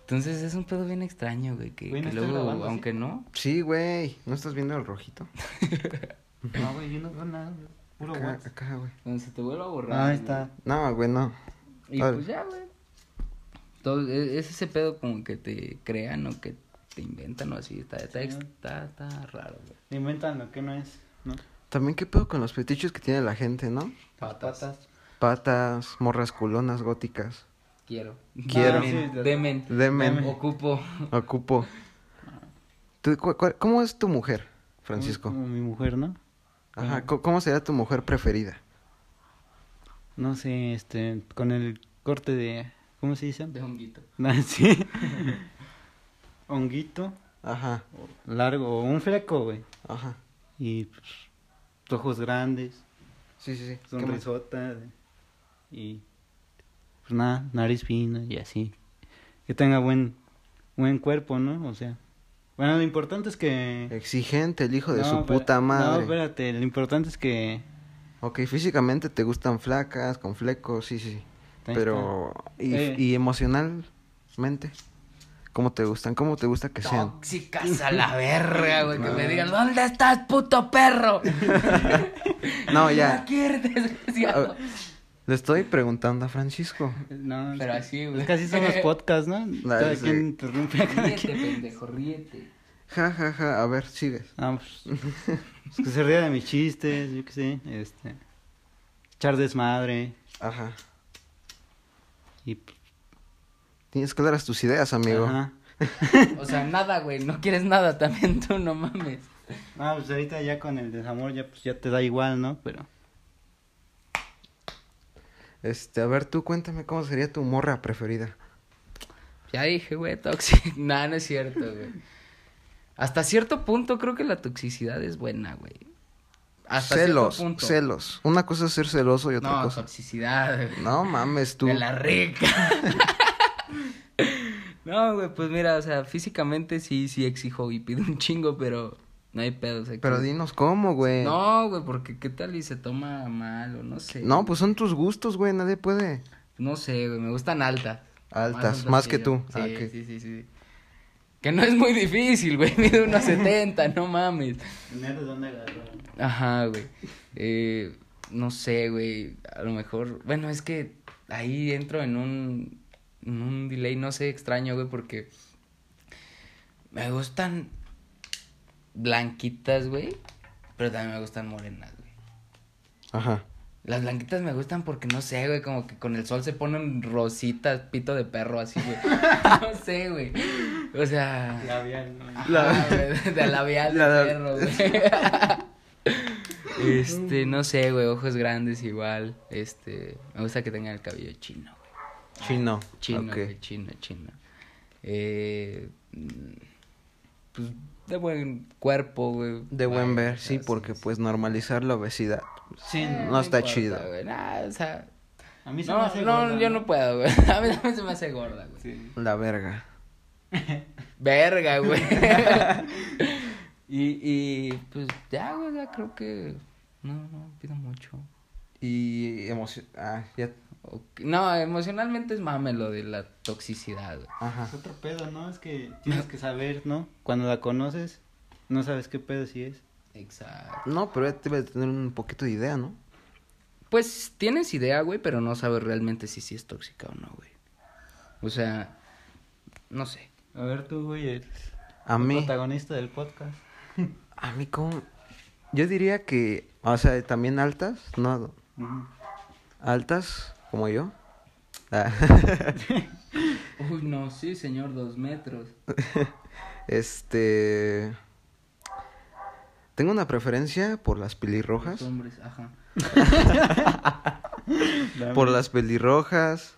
Speaker 3: Entonces es un pedo bien extraño, güey. Que,
Speaker 1: Güey, no
Speaker 3: que
Speaker 1: estoy
Speaker 3: luego,
Speaker 1: grabando, ¿sí?
Speaker 3: aunque no.
Speaker 2: Sí, güey. ¿No estás viendo el rojito?
Speaker 1: No, güey, yo no veo nada. güey. Puro
Speaker 2: Acá,
Speaker 1: WhatsApp.
Speaker 2: acá, güey.
Speaker 3: Cuando se te vuelva a borrar.
Speaker 1: Ah,
Speaker 3: güey.
Speaker 1: está.
Speaker 2: No, güey, no.
Speaker 3: Y
Speaker 2: Órale.
Speaker 3: pues ya, güey. Todo, e- es ese pedo como que te crean o que te inventan o así. Está, está, ex-
Speaker 1: Sí.
Speaker 3: está, está raro, güey.
Speaker 1: Inventan lo que no es, ¿no?
Speaker 2: También qué pedo con los fetiches que tiene la gente, ¿no?
Speaker 3: Patas.
Speaker 2: Patas, morras culonas góticas.
Speaker 3: Quiero.
Speaker 1: Quiero.
Speaker 3: Demen.
Speaker 1: Ah, sí,
Speaker 3: demen,
Speaker 2: Demen.
Speaker 3: Ocupo.
Speaker 2: Ocupo. ¿Tú, cu- cu- ¿Cómo es tu mujer, Francisco?
Speaker 1: Como mi mujer, ¿no?
Speaker 2: Ajá, co- ¿cómo sería tu mujer preferida?
Speaker 1: No sé, este, con el corte de, ¿cómo se dice?
Speaker 3: De honguito.
Speaker 1: Ah, sí. Honguito,
Speaker 2: Ajá,
Speaker 1: largo, un fleco, güey.
Speaker 2: ajá.
Speaker 1: Y pues, ojos grandes,
Speaker 2: Sí, sí, sí. ¿Qué más?
Speaker 1: sonrisota. de- Pues, Y pues nada, nariz fina y así. Que tenga buen, buen cuerpo, ¿no? O sea, bueno, lo importante es que...
Speaker 2: Exigente, el hijo de
Speaker 1: No,
Speaker 2: su
Speaker 1: pero-
Speaker 2: puta
Speaker 1: No,
Speaker 2: madre.
Speaker 1: espérate, lo importante es que...
Speaker 2: ok, físicamente te gustan flacas, con flecos, sí, sí. sí.
Speaker 1: Ahí
Speaker 2: Pero, y,
Speaker 1: Eh.
Speaker 2: y emocionalmente? ¿Cómo te gustan? ¿Cómo te gusta que sean?
Speaker 3: Tóxicas a la verga, güey. Que me digan, ¿dónde estás, puto perro?
Speaker 2: No, ya.
Speaker 3: Aquí eres desgraciado.
Speaker 2: Ah, Le estoy preguntando a Francisco.
Speaker 1: No,
Speaker 3: Pero
Speaker 1: es-
Speaker 3: así, güey.
Speaker 1: es que así son los podcasts, ¿no? Cada
Speaker 2: sí.
Speaker 1: quien interrumpe a cada
Speaker 3: Ríete,
Speaker 1: quien.
Speaker 3: pendejo, ríete.
Speaker 2: Ja, ja, ja. A ver, sigues.
Speaker 1: Ah, pues, es que se ría de mis chistes, yo qué sé, este, echar desmadre
Speaker 2: Ajá.
Speaker 1: y... pues,
Speaker 2: Tienes claras tus ideas, amigo.
Speaker 1: Ajá.
Speaker 3: O sea, nada, güey. No quieres nada también tú, no mames.
Speaker 1: Ah, pues ahorita ya con el desamor ya, pues, ya te da igual, ¿no? Pero...
Speaker 2: Este, a ver, tú cuéntame cómo sería tu morra preferida.
Speaker 3: Ya dije, güey, toxic. Nah, no es cierto, güey. Hasta cierto punto creo que la toxicidad es buena, güey. Hasta
Speaker 2: celos,
Speaker 3: cierto punto.
Speaker 2: celos. Una cosa es ser celoso y otra
Speaker 3: No,
Speaker 2: cosa.
Speaker 3: toxicidad, güey.
Speaker 2: No mames, tú.
Speaker 3: De la rica. no, güey, pues mira, o sea, físicamente sí, sí exijo y pido un chingo, pero no hay pedos aquí.
Speaker 2: Pero dinos cómo, güey. No,
Speaker 3: No, güey, porque qué tal y se toma mal o no sé.
Speaker 2: pues son tus gustos, güey. Nadie puede.
Speaker 3: No sé, güey, me gustan altas.
Speaker 2: Altas, más que
Speaker 3: yo.
Speaker 2: tú.
Speaker 3: Sí,
Speaker 2: Ah, ok.
Speaker 3: sí, sí, sí. Que no es muy difícil, güey, mide unos 70, no mames.
Speaker 1: Tener de dónde agarrar.
Speaker 3: Ajá, güey. Eh, no sé, güey. A lo mejor. Bueno, es que ahí entro en un. En un delay, no sé, extraño, güey, porque. Me gustan. Blanquitas, güey. Pero también me gustan morenas, güey.
Speaker 2: Ajá.
Speaker 3: Las blanquitas me gustan porque no sé, güey, como que con el sol se ponen rositas, pito de perro, así, güey. No sé, güey. O sea.
Speaker 1: Labial, ¿no?
Speaker 3: Ah, güey, de labial de
Speaker 2: La-
Speaker 3: perro, güey. Este, no sé, güey, ojos grandes igual. Este, me gusta que tengan el cabello chino, güey.
Speaker 2: Chino.
Speaker 3: Chino,
Speaker 2: Ok.
Speaker 3: güey, chino, chino. Eh, mm, pues de buen cuerpo, güey.
Speaker 2: De buen
Speaker 3: Vaya,
Speaker 2: ver,
Speaker 3: o
Speaker 2: sí,
Speaker 3: sea,
Speaker 2: porque pues normalizar la obesidad.
Speaker 1: Sí,
Speaker 3: Eh,
Speaker 1: no.
Speaker 2: no está chido.
Speaker 3: güey, nah, o sea,
Speaker 1: A mí se me
Speaker 3: no,
Speaker 1: hace
Speaker 3: no,
Speaker 1: gorda,
Speaker 3: yo no puedo, güey. A mí también se me hace gorda, güey.
Speaker 1: Sí.
Speaker 2: La verga.
Speaker 3: Verga, güey. y, y pues ya, güey, ya creo que no, no pido mucho.
Speaker 2: Y emoción. Ah, ya.
Speaker 3: Ok, No, emocionalmente es mame lo de la toxicidad, güey.
Speaker 2: Ajá.
Speaker 1: Es otro pedo, ¿no? Es que tienes que saber, ¿no? Cuando la conoces, no sabes qué pedo si es.
Speaker 3: Exacto.
Speaker 2: No, pero ya debe de tener un poquito de idea, ¿no?
Speaker 3: Pues tienes idea, güey, pero no sabes realmente si sí es tóxica o no, güey. O sea, no sé.
Speaker 1: A ver tú, güey, eres
Speaker 2: A
Speaker 3: Pues
Speaker 1: el
Speaker 2: mí.
Speaker 1: protagonista del podcast.
Speaker 2: A mí como... Yo diría que, o sea, también altas, no,
Speaker 1: Ujú.
Speaker 2: altas como yo. Ah,
Speaker 3: Uy, no, sí, señor, dos metros.
Speaker 2: este... Tengo una preferencia por las pelirrojas.
Speaker 3: hombres, ajá.
Speaker 1: Dame.
Speaker 2: Por las pelirrojas.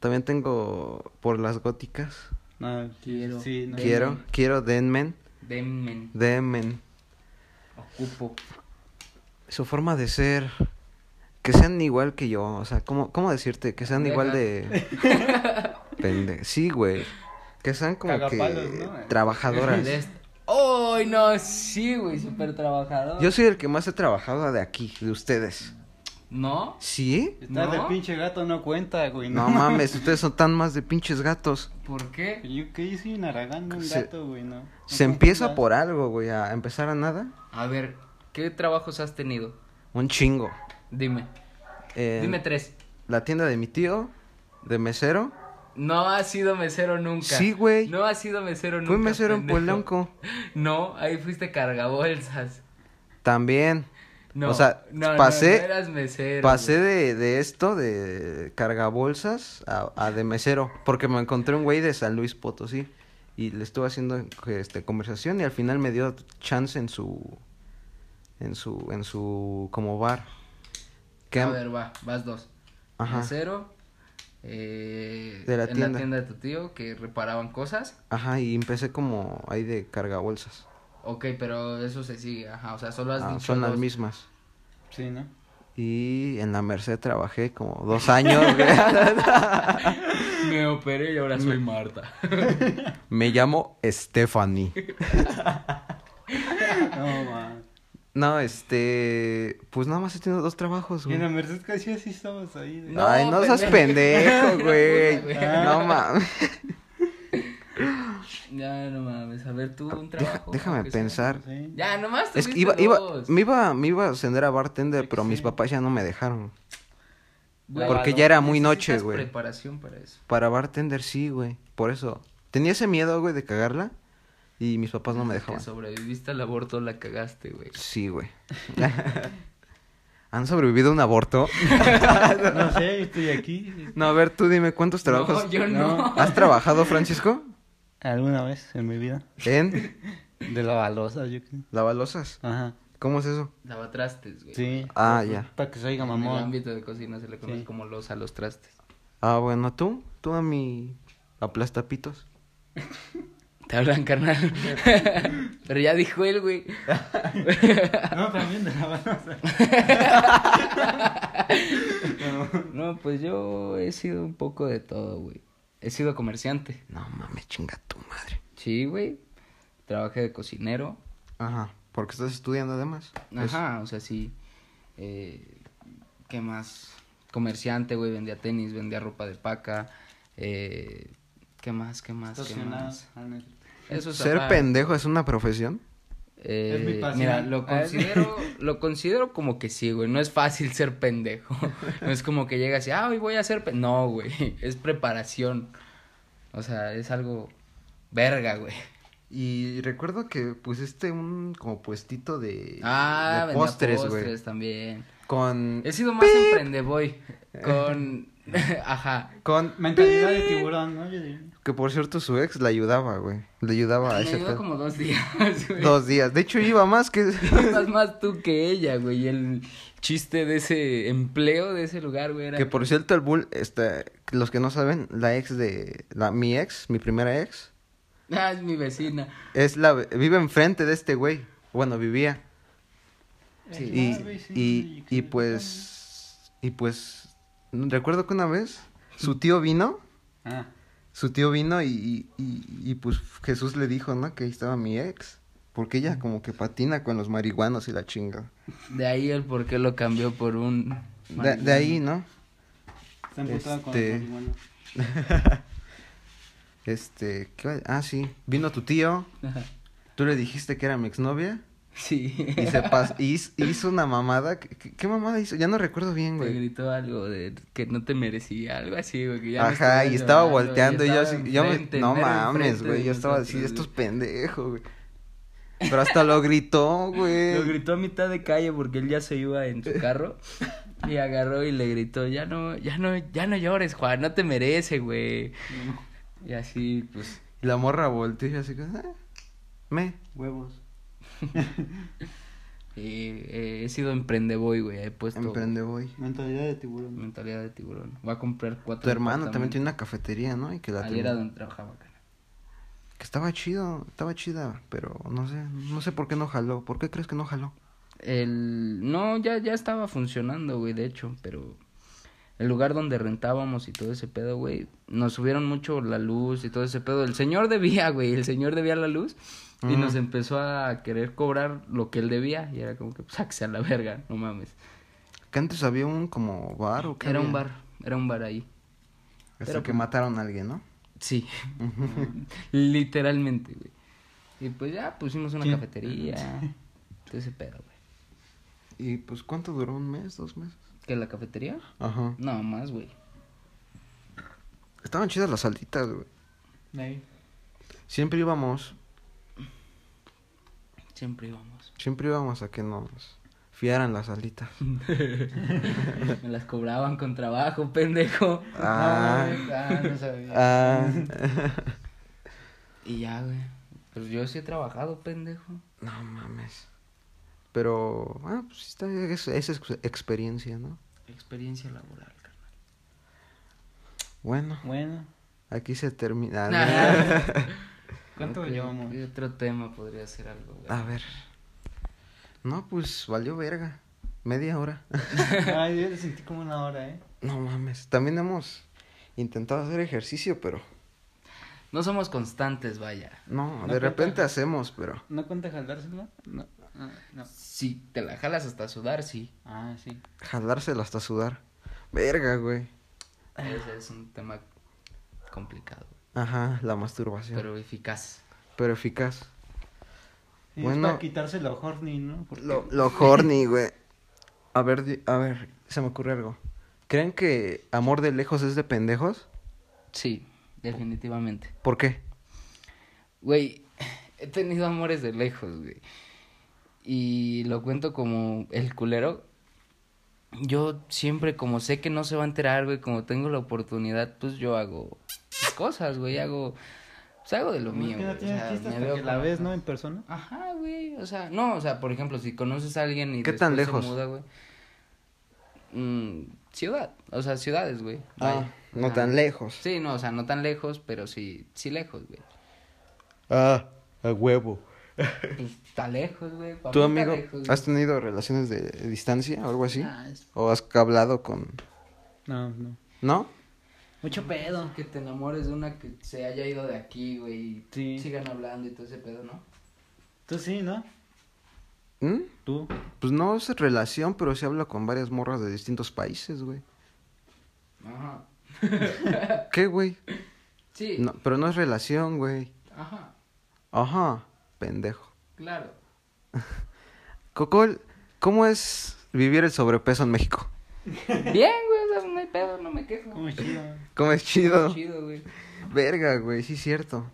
Speaker 2: También tengo por las góticas.
Speaker 1: No,
Speaker 3: Quiero.
Speaker 1: Sí, no.
Speaker 2: Quiero,
Speaker 3: Denmen.
Speaker 2: quiero denmen,
Speaker 3: Denmen,
Speaker 2: denmen.
Speaker 3: ocupo.
Speaker 2: Su forma de ser. Que sean igual que yo, o sea, ¿cómo, cómo decirte? Que sean igual de... Pende... Sí, güey. Que sean como
Speaker 1: Cagapalos,
Speaker 2: que...
Speaker 1: ¿no?
Speaker 2: Trabajadoras.
Speaker 3: De est- ¡Ay, no! Sí, güey, súper trabajador.
Speaker 2: Yo soy el que más he trabajado de aquí, de ustedes.
Speaker 3: ¿No?
Speaker 2: ¿Sí?
Speaker 1: Estás
Speaker 3: ¿No?
Speaker 1: de pinche gato, no cuenta, güey.
Speaker 2: No mames, ustedes son tan más de pinches gatos.
Speaker 3: ¿Por qué?
Speaker 1: Yo que yo soy un aragán, no un
Speaker 2: Se-
Speaker 1: gato, güey, no. No
Speaker 2: Se empieza
Speaker 1: confundas.
Speaker 2: por algo, güey, a empezar a nada.
Speaker 3: A ver, ¿qué trabajos has tenido?
Speaker 2: Un chingo.
Speaker 3: Dime.
Speaker 2: En
Speaker 3: Dime tres.
Speaker 2: La tienda de mi tío, de mesero.
Speaker 3: No has sido mesero nunca.
Speaker 2: Sí, güey.
Speaker 3: No has sido mesero nunca.
Speaker 2: Fui mesero en
Speaker 3: pendejo.
Speaker 2: Polanco.
Speaker 3: No, ahí fuiste cargabolsas.
Speaker 2: También.
Speaker 3: No.
Speaker 2: O sea,
Speaker 3: no, no,
Speaker 2: pasé-
Speaker 3: no eras mesero.
Speaker 2: Pasé
Speaker 3: güey.
Speaker 2: de, de esto, de cargabolsas, a, a de mesero. Porque me encontré un güey de San Luis Potosí. Y le estuve haciendo este, conversación y al final me dio chance en su... En su... En su... Como bar. Que-
Speaker 3: A ver, va, vas dos.
Speaker 2: Ajá.
Speaker 3: Mesero. eh,
Speaker 2: De la
Speaker 3: en la
Speaker 2: tienda.
Speaker 3: tienda de tu tío que reparaban cosas.
Speaker 2: Ajá, y empecé como ahí de cargabolsas.
Speaker 3: Ok, pero eso se sigue. Ajá, o sea, solo has
Speaker 2: Ah,
Speaker 3: dicho
Speaker 2: son las
Speaker 3: dos.
Speaker 2: mismas.
Speaker 1: Sí, ¿no?
Speaker 2: Y en la Merced trabajé como dos años. güey.
Speaker 3: Me operé y ahora soy Marta.
Speaker 2: me llamo Stephanie.
Speaker 1: No, man.
Speaker 2: No, este... Pues nada más he tenido dos trabajos,
Speaker 1: Y
Speaker 2: güey.
Speaker 1: en la Merced casi así estamos ahí. de-
Speaker 3: No,
Speaker 2: Ay, no seas
Speaker 3: pendejo.
Speaker 2: pendejo, güey.
Speaker 3: Puta,
Speaker 2: No mames.
Speaker 3: Ya, no mames. A ver, tú un trabajo.
Speaker 2: déjame
Speaker 3: aunque sea.
Speaker 2: pensar.
Speaker 1: Sí.
Speaker 3: Ya, nomás
Speaker 2: Es que
Speaker 3: tuviste
Speaker 2: iba, iba,
Speaker 3: dos.
Speaker 2: me iba, me iba a ascender a bartender,
Speaker 1: Sí,
Speaker 2: pero
Speaker 1: sí.
Speaker 2: mis papás ya no me dejaron.
Speaker 3: Güey,
Speaker 2: porque ya era muy
Speaker 3: necesitas
Speaker 2: noche, güey.
Speaker 3: preparación para eso.
Speaker 2: Para bartender sí, güey. Por eso. Tenía ese miedo, güey, de cagarla. Y mis papás no me
Speaker 3: Que
Speaker 2: dejaban.
Speaker 3: sobreviviste al aborto, la cagaste, güey.
Speaker 2: Sí, güey. ¿Han sobrevivido a un aborto?
Speaker 1: No sé, estoy aquí.
Speaker 2: No, a ver, tú dime, ¿cuántos trabajos?
Speaker 3: No, yo no.
Speaker 2: ¿Has trabajado, Francisco?
Speaker 1: ¿Alguna vez en mi vida?
Speaker 2: En
Speaker 1: De la balosa, yo creo.
Speaker 2: lavalosas.
Speaker 1: Ajá.
Speaker 2: ¿Cómo es eso?
Speaker 3: Lavatrastes, güey.
Speaker 1: Sí.
Speaker 2: Ah, ya.
Speaker 1: Para que se oiga
Speaker 3: En el
Speaker 1: mamón.
Speaker 3: ámbito de cocina se le conoce
Speaker 1: Sí.
Speaker 3: como los a los trastes.
Speaker 2: Ah, bueno, tú, tú a mi aplastapitos.
Speaker 3: Te hablan, carnal. Pero ya dijo él, güey.
Speaker 1: No, también de la balanza.
Speaker 3: No, pues yo he sido un poco de todo, güey. He sido comerciante.
Speaker 2: No mames, chinga tu madre.
Speaker 3: Sí, güey. Trabajé de cocinero.
Speaker 2: Ajá, porque estás estudiando además.
Speaker 3: Ajá, o sea, sí. Eh, ¿Qué más? Comerciante, güey. Vendía tenis, vendía ropa de paca. Eh, ¿Qué más? ¿Qué más? ¿Qué más?
Speaker 1: ah,
Speaker 3: Eso es
Speaker 2: Ser
Speaker 3: aparte.
Speaker 2: pendejo es una profesión.
Speaker 3: Eh,
Speaker 1: Es mi pasión.
Speaker 3: mira, lo
Speaker 1: Ah, es mi-
Speaker 3: considero, lo considero como que sí, güey. No es fácil ser pendejo. No es como que llegas y, ah, hoy voy a ser pe-". No, güey. Es preparación. O sea, es algo verga, güey.
Speaker 2: Y recuerdo que pusiste un como puestito de,
Speaker 3: Ah,
Speaker 2: de
Speaker 3: vendía
Speaker 2: postres, güey.
Speaker 3: postres también.
Speaker 2: Con,
Speaker 3: He sido más emprendeboy. Con. Ajá.
Speaker 2: con
Speaker 1: Mentalidad de tiburón, ¿no? Yo diría.
Speaker 2: Que por cierto su ex la ayudaba, güey. Le ayudaba a
Speaker 3: Me
Speaker 2: ese
Speaker 3: ayudó
Speaker 2: pedo.
Speaker 3: como dos días, güey.
Speaker 2: Dos días. De hecho iba más que...
Speaker 3: Ibas más tú que ella, güey. Y el chiste de ese empleo, de ese lugar, güey, era.
Speaker 2: que por cierto el bull, este, los que no saben, la ex de... La, mi ex, mi primera ex,
Speaker 3: Ah, es mi vecina.
Speaker 2: es la... Vive enfrente de este güey. Bueno, vivía.
Speaker 3: Sí.
Speaker 2: Y,
Speaker 1: Ah, güey, sí,
Speaker 2: y,
Speaker 1: sí,
Speaker 2: y
Speaker 1: sí,
Speaker 2: pues, y pues, recuerdo que una vez su tío vino,
Speaker 1: Ah,
Speaker 2: su tío vino y, y, y pues Jesús le dijo, ¿no? Que ahí estaba mi ex, porque ella como que patina con los marihuanos y la chinga.
Speaker 3: De ahí el por qué lo cambió por un.
Speaker 2: De, de ahí, ¿no?
Speaker 1: está emputado con
Speaker 2: Este-
Speaker 1: los marihuanos.
Speaker 2: Este, ¿qué va- Ah, sí, vino tu tío,
Speaker 3: Ajá.
Speaker 2: tú le dijiste que era mi exnovia
Speaker 3: Sí.
Speaker 2: y se pas- y hiz- hizo una mamada, ¿qué, qué- qué mamada hizo? Ya no recuerdo bien,
Speaker 3: Te
Speaker 2: güey.
Speaker 3: gritó algo de que no te merecía, algo así, güey. Que ya me
Speaker 2: Ajá, y
Speaker 3: llorando,
Speaker 2: estaba volteando y yo
Speaker 3: estaba
Speaker 2: así, yo me-
Speaker 3: enfrente,
Speaker 2: no
Speaker 3: mero
Speaker 2: mames,
Speaker 3: enfrente de
Speaker 2: güey, yo estaba así,
Speaker 3: nosotros,
Speaker 2: estos pendejos, güey. Pero hasta lo gritó,
Speaker 3: güey.
Speaker 2: güey.
Speaker 3: Lo gritó a mitad de calle porque él ya se iba en su carro y agarró y le gritó, ya no, ya no, ya no llores, Juan, no te merece, güey. Y así, pues,
Speaker 2: Y la morra volteó y así, que, "Ah, me.
Speaker 1: Huevos.
Speaker 3: eh, eh, he sido emprendeboy, güey, he puesto
Speaker 2: Emprende voy.
Speaker 1: Mentalidad de tiburón.
Speaker 3: mentalidad de tiburón. Voy a comprar cuatro.
Speaker 2: Tu hermano también tiene una cafetería, ¿no? Y que la
Speaker 3: una... Ahí
Speaker 2: tenía-
Speaker 3: era donde trabajaba, cara.
Speaker 2: Que estaba chido, estaba chida, pero no sé, no sé por qué no jaló. ¿Por qué crees que no jaló?
Speaker 3: El... No, ya, ya estaba funcionando, güey, de hecho, pero el lugar donde rentábamos y todo ese pedo, güey, nos subieron mucho la luz y todo ese pedo. El señor debía, güey, el señor debía la luz y
Speaker 2: Ujú.
Speaker 3: nos empezó a querer cobrar lo que él debía y era como que, pues, sáquese a la verga, no mames.
Speaker 2: Que antes había un como bar o qué
Speaker 3: Era un
Speaker 2: había?
Speaker 3: bar, era un bar ahí.
Speaker 2: Hasta
Speaker 3: Pero- pues
Speaker 2: que mataron a alguien, ¿no?
Speaker 3: Sí, literalmente, güey. Y pues ya pusimos una
Speaker 1: ¿Quién?
Speaker 3: cafetería, todo ese pedo, güey.
Speaker 2: Y pues, ¿cuánto duró? ¿Un mes? ¿Dos meses?
Speaker 3: ¿Qué, la cafetería?
Speaker 2: Ajá.
Speaker 3: No, más, güey.
Speaker 2: Estaban chidas las saltitas, güey.
Speaker 3: Mm.
Speaker 1: Ahí.
Speaker 2: Siempre íbamos,
Speaker 3: Siempre íbamos.
Speaker 2: siempre íbamos a que nos fiaran las saltitas.
Speaker 3: Me las cobraban con trabajo, pendejo.
Speaker 2: Ah.
Speaker 1: Ah, no sabía.
Speaker 2: Ah.
Speaker 3: Y ya, güey. Pues yo sí he trabajado, pendejo.
Speaker 2: no mames. Pero, ah, pues está, es, es ex- experiencia, ¿no?
Speaker 3: Experiencia laboral, carnal.
Speaker 2: Bueno,
Speaker 1: Bueno,
Speaker 2: aquí se termina. Ah,
Speaker 1: ¿cuánto
Speaker 3: Creo que-
Speaker 1: llevamos? Ah.
Speaker 3: ¿Qué otro tema podría ser algo, güey?
Speaker 2: no. A ver. No, pues valió verga. Media hora.
Speaker 1: Ay, yo lo sentí como una hora, ¿eh?
Speaker 2: no mames. También hemos intentado hacer ejercicio, pero.
Speaker 3: No somos constantes, vaya.
Speaker 2: No,
Speaker 1: No
Speaker 2: de
Speaker 1: cuenta.
Speaker 2: repente hacemos, pero.
Speaker 1: ¿No cuenta jalársela? No. Ah, no.
Speaker 3: Si te la jalas hasta sudar, sí.
Speaker 1: Ah, sí.
Speaker 2: Jalársela hasta sudar. Verga, güey.
Speaker 1: Ah.
Speaker 3: Ese es un tema complicado,
Speaker 2: Ajá, la masturbación. Pero,
Speaker 3: pero eficaz.
Speaker 2: eficaz.
Speaker 1: Sí, Es
Speaker 2: Bueno.
Speaker 1: para quitarse lo horny, ¿no? Porque-
Speaker 2: Lo, lo horny, güey. A ver, di- a ver, se me ocurre algo. ¿Creen que amor de lejos es de pendejos?
Speaker 3: Sí, definitivamente.
Speaker 2: ¿Por qué?
Speaker 3: Güey, he tenido amores de lejos, güey. Y lo cuento como el culero. Yo siempre, como sé que no se va a enterar, güey, como tengo la oportunidad, pues yo hago mis cosas, güey. Hago pues hago de lo
Speaker 1: Pues,
Speaker 3: mío.
Speaker 1: que no
Speaker 3: güey, o
Speaker 1: tienes
Speaker 3: sea,
Speaker 1: chiste
Speaker 3: me
Speaker 1: hasta
Speaker 3: veo
Speaker 1: que la
Speaker 3: con-
Speaker 1: ves, ¿no? En persona.
Speaker 3: Ajá, güey. O sea, no, o sea, por ejemplo, si conoces a alguien y
Speaker 2: ¿Qué tan
Speaker 3: después
Speaker 2: lejos?
Speaker 3: se muda, güey. Mm, ciudad, o sea, ciudades, güey.
Speaker 2: Ah,
Speaker 3: Vaya.
Speaker 2: no
Speaker 3: Ajá.
Speaker 2: tan lejos.
Speaker 3: Sí, no, o sea, no tan lejos, pero sí, sí lejos, güey.
Speaker 2: Ah, a huevo.
Speaker 3: Pues, Está lejos, güey. pa'
Speaker 2: ¿Tú,
Speaker 3: mí
Speaker 2: amigo,
Speaker 3: Está lejos,
Speaker 2: has
Speaker 3: güey.
Speaker 2: tenido relaciones de distancia o algo así?
Speaker 3: Ah, es-
Speaker 2: ¿O has hablado con...?
Speaker 1: No, no.
Speaker 2: ¿No?
Speaker 1: Mucho pedo.
Speaker 3: Que te enamores de una que se haya ido de aquí, güey. Y
Speaker 1: Sí.
Speaker 3: sigan hablando y todo ese pedo, ¿no?
Speaker 1: Tú sí, ¿no?
Speaker 2: ¿Mm?
Speaker 1: Tú.
Speaker 2: Pues no es relación, pero sí hablo con varias morras de distintos países, güey.
Speaker 3: Ajá.
Speaker 2: ¿Qué, güey?
Speaker 3: Sí.
Speaker 2: No, pero no es relación, güey.
Speaker 3: Ajá.
Speaker 2: Ajá, pendejo.
Speaker 3: Claro.
Speaker 2: Cocol, ¿cómo es vivir el sobrepeso en México?
Speaker 3: Bien, güey. o sea, no hay pedo, no me quejo.
Speaker 1: Como chido.
Speaker 2: ¿Cómo es chido?
Speaker 3: Chido, güey.
Speaker 2: Verga, güey, sí es cierto.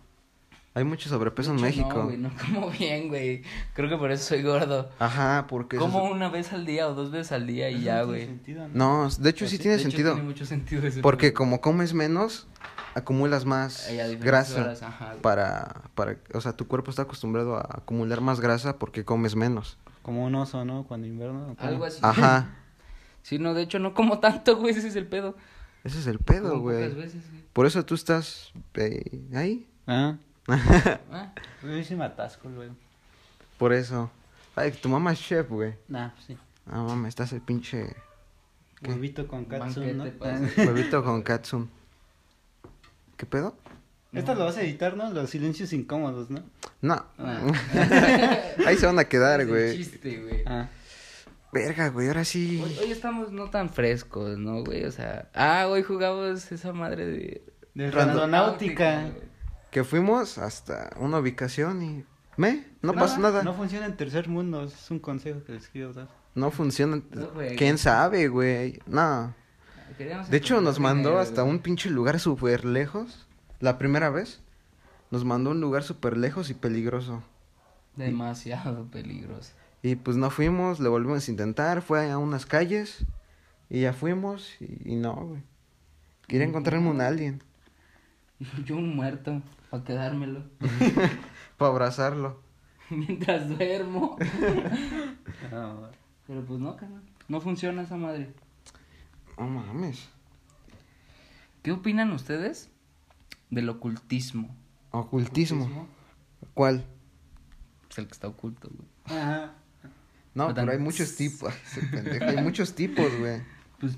Speaker 2: Hay mucho sobrepeso en
Speaker 3: Mucho
Speaker 2: México.
Speaker 3: No, güey, no como bien, güey. Creo que por eso soy gordo.
Speaker 2: Ajá, porque... eso
Speaker 3: Como
Speaker 2: es-
Speaker 3: una vez al día o dos veces al día y
Speaker 1: Eso
Speaker 3: ya,
Speaker 1: tiene
Speaker 3: güey.
Speaker 1: sentido,
Speaker 2: No, de hecho
Speaker 1: Pues
Speaker 2: sí
Speaker 1: sí,
Speaker 2: tiene
Speaker 3: De hecho,
Speaker 2: sentido.
Speaker 3: Tiene mucho sentido ese
Speaker 2: Porque
Speaker 3: pedo.
Speaker 2: como comes menos, acumulas más
Speaker 3: Ay, a diferentes
Speaker 2: grasa.
Speaker 3: horas, ajá, güey.
Speaker 2: para, para, o sea, tu cuerpo está acostumbrado a acumular más grasa porque comes menos.
Speaker 1: Como un oso, ¿no? Cuando invierno. ¿o cómo?
Speaker 3: Algo así.
Speaker 2: Ajá.
Speaker 3: Sí, no, de hecho no como tanto, güey. Ese es el pedo.
Speaker 2: Ese es el pedo,
Speaker 3: Como pocas
Speaker 2: güey.
Speaker 3: veces, güey.
Speaker 2: Por eso tú estás eh, ahí.
Speaker 1: Ah.
Speaker 3: Ah,
Speaker 1: Yo sí me atasco luego.
Speaker 2: Por eso. Ay, tu mamá es chef, güey.
Speaker 1: Nah, pues sí.
Speaker 2: Ah, mames, estás el pinche ¿Qué?
Speaker 1: Huevito con
Speaker 3: Banquete,
Speaker 1: katsun, ¿no? Ah.
Speaker 3: pues.
Speaker 2: huevito con katsun. ¿Qué pedo?
Speaker 1: Esto lo vas a editar, ¿no? Los silencios incómodos, ¿no?
Speaker 2: No.
Speaker 1: Ah.
Speaker 2: ahí se van a quedar,
Speaker 3: es el
Speaker 2: güey.
Speaker 3: chiste, güey.
Speaker 1: Ah.
Speaker 2: Verga, güey, ahora sí.
Speaker 3: Hoy, hoy estamos no tan frescos, ¿no, güey? O sea, ah, hoy jugamos esa madre de.
Speaker 1: De
Speaker 2: Rando-
Speaker 1: randonáutica.
Speaker 3: güey.
Speaker 2: Que fuimos hasta una ubicación y... ¿Me? No pasó nada.
Speaker 1: No funciona en tercer mundo, es un consejo que les quiero dar.
Speaker 2: No funciona.
Speaker 3: No, güey.
Speaker 2: ¿Quién sabe, güey? No.
Speaker 3: Queríamos
Speaker 2: De hecho,
Speaker 3: encontrar
Speaker 2: nos mandó
Speaker 3: dinero,
Speaker 2: hasta
Speaker 3: güey.
Speaker 2: un pinche lugar súper lejos. La primera vez. Nos mandó a un lugar súper lejos y peligroso.
Speaker 3: Demasiado peligroso.
Speaker 2: Y pues no fuimos, le volvimos a intentar. Fue a unas calles. Y ya fuimos. Y, y no, güey. Quería encontrarme un alien.
Speaker 3: Yo un muerto, para quedármelo.
Speaker 2: Para abrazarlo.
Speaker 3: Mientras duermo.
Speaker 1: Ah,
Speaker 3: Pero pues no, carnal. No funciona esa madre.
Speaker 2: No mames.
Speaker 3: ¿Qué opinan ustedes del ocultismo?
Speaker 2: Ocultismo. ¿Cuál?
Speaker 3: Pues el que está oculto, güey.
Speaker 1: Ajá.
Speaker 2: No,
Speaker 3: Otan-
Speaker 2: pero hay muchos tipos. Ese pendejo, Hay muchos tipos, güey.
Speaker 3: Pues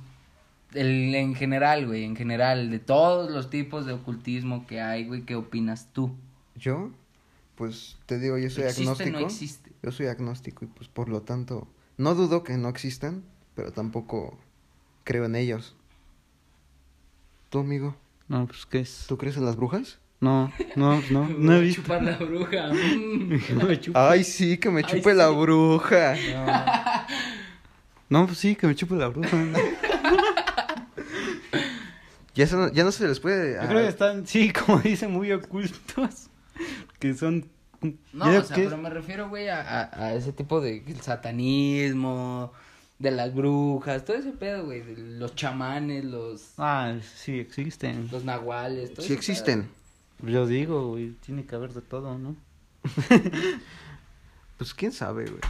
Speaker 3: el, en general, güey, en general, de todos los tipos de ocultismo que hay, güey, ¿qué opinas tú?
Speaker 2: Yo, pues te digo, yo soy
Speaker 3: ¿Existe o no
Speaker 2: agnóstico.
Speaker 3: existe?
Speaker 2: Yo soy agnóstico y pues por lo tanto, no dudo que no existan, pero tampoco creo en ellos. Tú, amigo,
Speaker 1: No, pues ¿qué es?
Speaker 2: ¿tú crees en las brujas?
Speaker 1: No, no, no, no he visto.
Speaker 3: Chupar la bruja. mm.
Speaker 1: No, me chupa.
Speaker 2: Ay, sí, que me
Speaker 3: Ay,
Speaker 2: chupe la
Speaker 3: sí.
Speaker 2: bruja.
Speaker 1: No, pues sí, que me chupe la bruja.
Speaker 2: Ya, se no- ya no se les puede...
Speaker 1: Yo
Speaker 2: ah,
Speaker 1: creo que están, sí, como dicen, muy ocultos. Que son.
Speaker 3: No,
Speaker 1: Yo
Speaker 3: o sea,
Speaker 1: que-
Speaker 3: pero me refiero, güey, a, a- a ese tipo de el satanismo, de las brujas, todo ese pedo, güey, de los chamanes, los,
Speaker 1: Ah, sí, existen.
Speaker 3: los nahuales, todo
Speaker 2: Sí
Speaker 3: ese
Speaker 2: existen.
Speaker 1: Yo digo, güey, tiene que haber de todo, ¿no?
Speaker 2: Pues quién sabe, güey.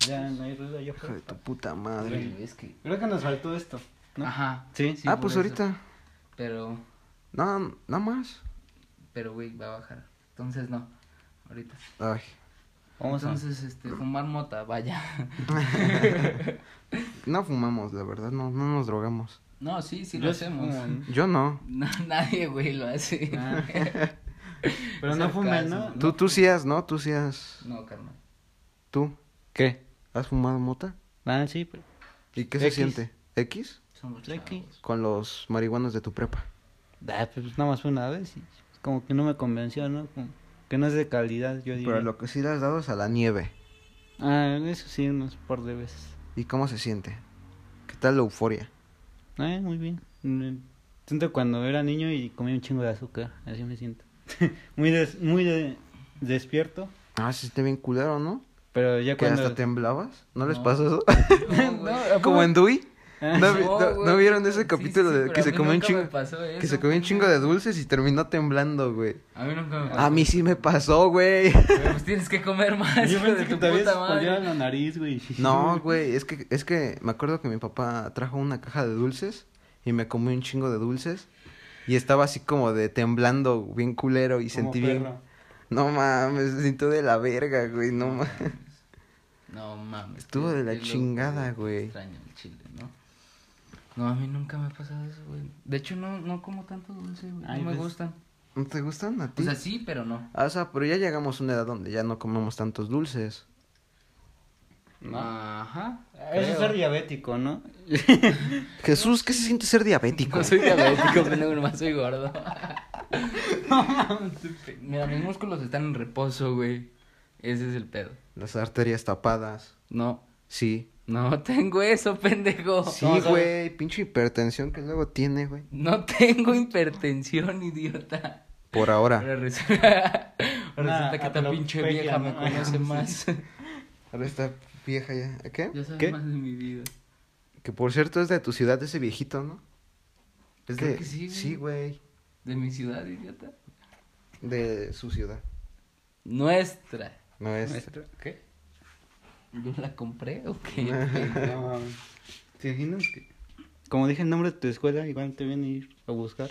Speaker 1: Ya, no hay ruido, yo
Speaker 2: Hijo de tu
Speaker 1: creo.
Speaker 2: puta
Speaker 3: pedo.
Speaker 2: madre.
Speaker 3: Güey, es que...
Speaker 1: Creo que nos faltó esto. ¿no?
Speaker 3: Ajá.
Speaker 1: Sí.
Speaker 2: ah,
Speaker 3: por
Speaker 2: pues
Speaker 3: eso.
Speaker 2: ahorita.
Speaker 3: Pero,
Speaker 2: No, nada más.
Speaker 3: pero, güey, va a bajar. Entonces, no, ahorita.
Speaker 2: Ay.
Speaker 1: Vamos a-
Speaker 3: Entonces, este, fumar mota, vaya.
Speaker 2: No fumamos, la verdad, no, no nos drogamos.
Speaker 3: No, sí, sí
Speaker 1: Yo
Speaker 3: lo hacemos.
Speaker 1: como-
Speaker 2: Yo no.
Speaker 3: No, nadie, güey, lo hace.
Speaker 1: Ah. Pero no
Speaker 3: Sarcasmo.
Speaker 1: fumen, ¿no?
Speaker 2: Tú, tú sí has, ¿no? Tú sí has...
Speaker 3: No, carnal.
Speaker 2: ¿Tú
Speaker 1: ¿Qué?
Speaker 2: has fumado mota?
Speaker 1: Ah, sí, pero...
Speaker 2: ¿Y qué se
Speaker 1: X.
Speaker 2: siente? ¿X?
Speaker 3: Somos
Speaker 1: Like-
Speaker 3: chavos.
Speaker 2: Con los marihuanos de tu prepa.
Speaker 1: Ah, pues nada más fue una vez y como que no me convenció, ¿no? Como que no es de calidad, yo digo.
Speaker 2: Pero lo que sí le has dado es a la nieve.
Speaker 1: Ah, eso sí, unos par de veces.
Speaker 2: ¿Y cómo se siente? ¿Qué tal la euforia?
Speaker 1: Ah, muy bien. Mm, Siento cuando era niño y comía un chingo de azúcar, así me siento. muy des- muy de- despierto,
Speaker 2: Ah, se siente bien culero, ¿no?
Speaker 1: pero ya
Speaker 2: Que
Speaker 1: cuando...
Speaker 2: hasta temblabas. ¿No les
Speaker 3: No.
Speaker 2: pasó eso?
Speaker 3: No, güey.
Speaker 1: No, ¿a poco?
Speaker 2: Como en Dewey. ¿No, vi-
Speaker 3: No,
Speaker 2: no-
Speaker 3: güey,
Speaker 2: no vieron
Speaker 3: no,
Speaker 2: ese
Speaker 3: sí,
Speaker 2: capítulo
Speaker 3: sí,
Speaker 2: de
Speaker 3: pero
Speaker 2: que
Speaker 3: a
Speaker 2: se
Speaker 3: mí
Speaker 2: comió un
Speaker 3: nunca me
Speaker 2: chingo
Speaker 3: pasó
Speaker 2: que se
Speaker 3: eso,
Speaker 2: comió un chingo
Speaker 3: güey.
Speaker 2: de Ah, dulces y terminó temblando, güey?
Speaker 3: A mí nunca me pasó.
Speaker 2: A mí sí me pasó, güey.
Speaker 3: Pero, Pues tienes que comer más.
Speaker 1: Yo
Speaker 3: hijo de
Speaker 1: pensé que
Speaker 3: tu
Speaker 1: te habías
Speaker 3: puta
Speaker 1: escondido en
Speaker 3: madre.
Speaker 1: la nariz, güey.
Speaker 2: No, güey, es que es que me acuerdo que mi papá trajo una caja de dulces y me comí un chingo de dulces y estaba así como de temblando bien culero y
Speaker 1: Como
Speaker 2: sentí bien
Speaker 1: perro.
Speaker 2: No mames, me siento de la verga, güey, no mames.
Speaker 3: No mames.
Speaker 2: Estuvo
Speaker 3: qué-
Speaker 2: de la
Speaker 3: qué loco,
Speaker 2: chingada,
Speaker 3: qué
Speaker 2: güey.
Speaker 3: Extraño el chile, ¿no? No, a mí nunca me ha pasado eso, güey. De hecho, no, no como tanto dulce, güey.
Speaker 1: Ay,
Speaker 3: No
Speaker 2: pues,
Speaker 3: me
Speaker 1: ves.
Speaker 3: gustan.
Speaker 2: ¿No te gustan a
Speaker 3: O
Speaker 2: ti?
Speaker 3: sea, sí, pero no.
Speaker 2: Ah, O sea, pero ya llegamos a una edad donde ya no comemos tantos dulces.
Speaker 1: No.
Speaker 3: Ajá.
Speaker 1: Eso es
Speaker 3: creo.
Speaker 1: ser diabético, ¿no?
Speaker 2: Jesús, ¿qué se siente ser diabético?
Speaker 3: No soy diabético, pendejo, nomás soy gordo. Mira, mis músculos están en reposo, güey. Ese es el pedo.
Speaker 2: Las arterias tapadas.
Speaker 3: No,
Speaker 2: Sí.
Speaker 3: no tengo eso, pendejo.
Speaker 2: Sí,
Speaker 1: ¿Cómo sabes?
Speaker 2: güey, pinche hipertensión que luego tiene, güey.
Speaker 3: No tengo hipertensión, idiota.
Speaker 2: Por ahora.
Speaker 3: Ahora resulta,
Speaker 1: Una
Speaker 3: resulta que esta pinche
Speaker 1: atalopecia,
Speaker 3: vieja me
Speaker 1: ¿no?
Speaker 3: conoce
Speaker 1: Sí.
Speaker 3: más.
Speaker 2: Ahora está vieja ya. ¿A ¿Qué?
Speaker 3: Ya sabe
Speaker 1: ¿Qué?
Speaker 3: más de mi vida.
Speaker 2: Que por cierto es de tu ciudad ese viejito, ¿no? Es
Speaker 3: Creo
Speaker 2: de...
Speaker 3: que sí, güey.
Speaker 2: Sí, güey.
Speaker 3: De mi ciudad, idiota.
Speaker 2: De su ciudad.
Speaker 3: Nuestra.
Speaker 2: No es...
Speaker 1: Nuestro- ¿Qué?
Speaker 3: ¿Yo la compré o qué?
Speaker 1: No, mames. ¿Te imaginas que.? Como dije el nombre de tu escuela, igual te vienen a ir a buscar.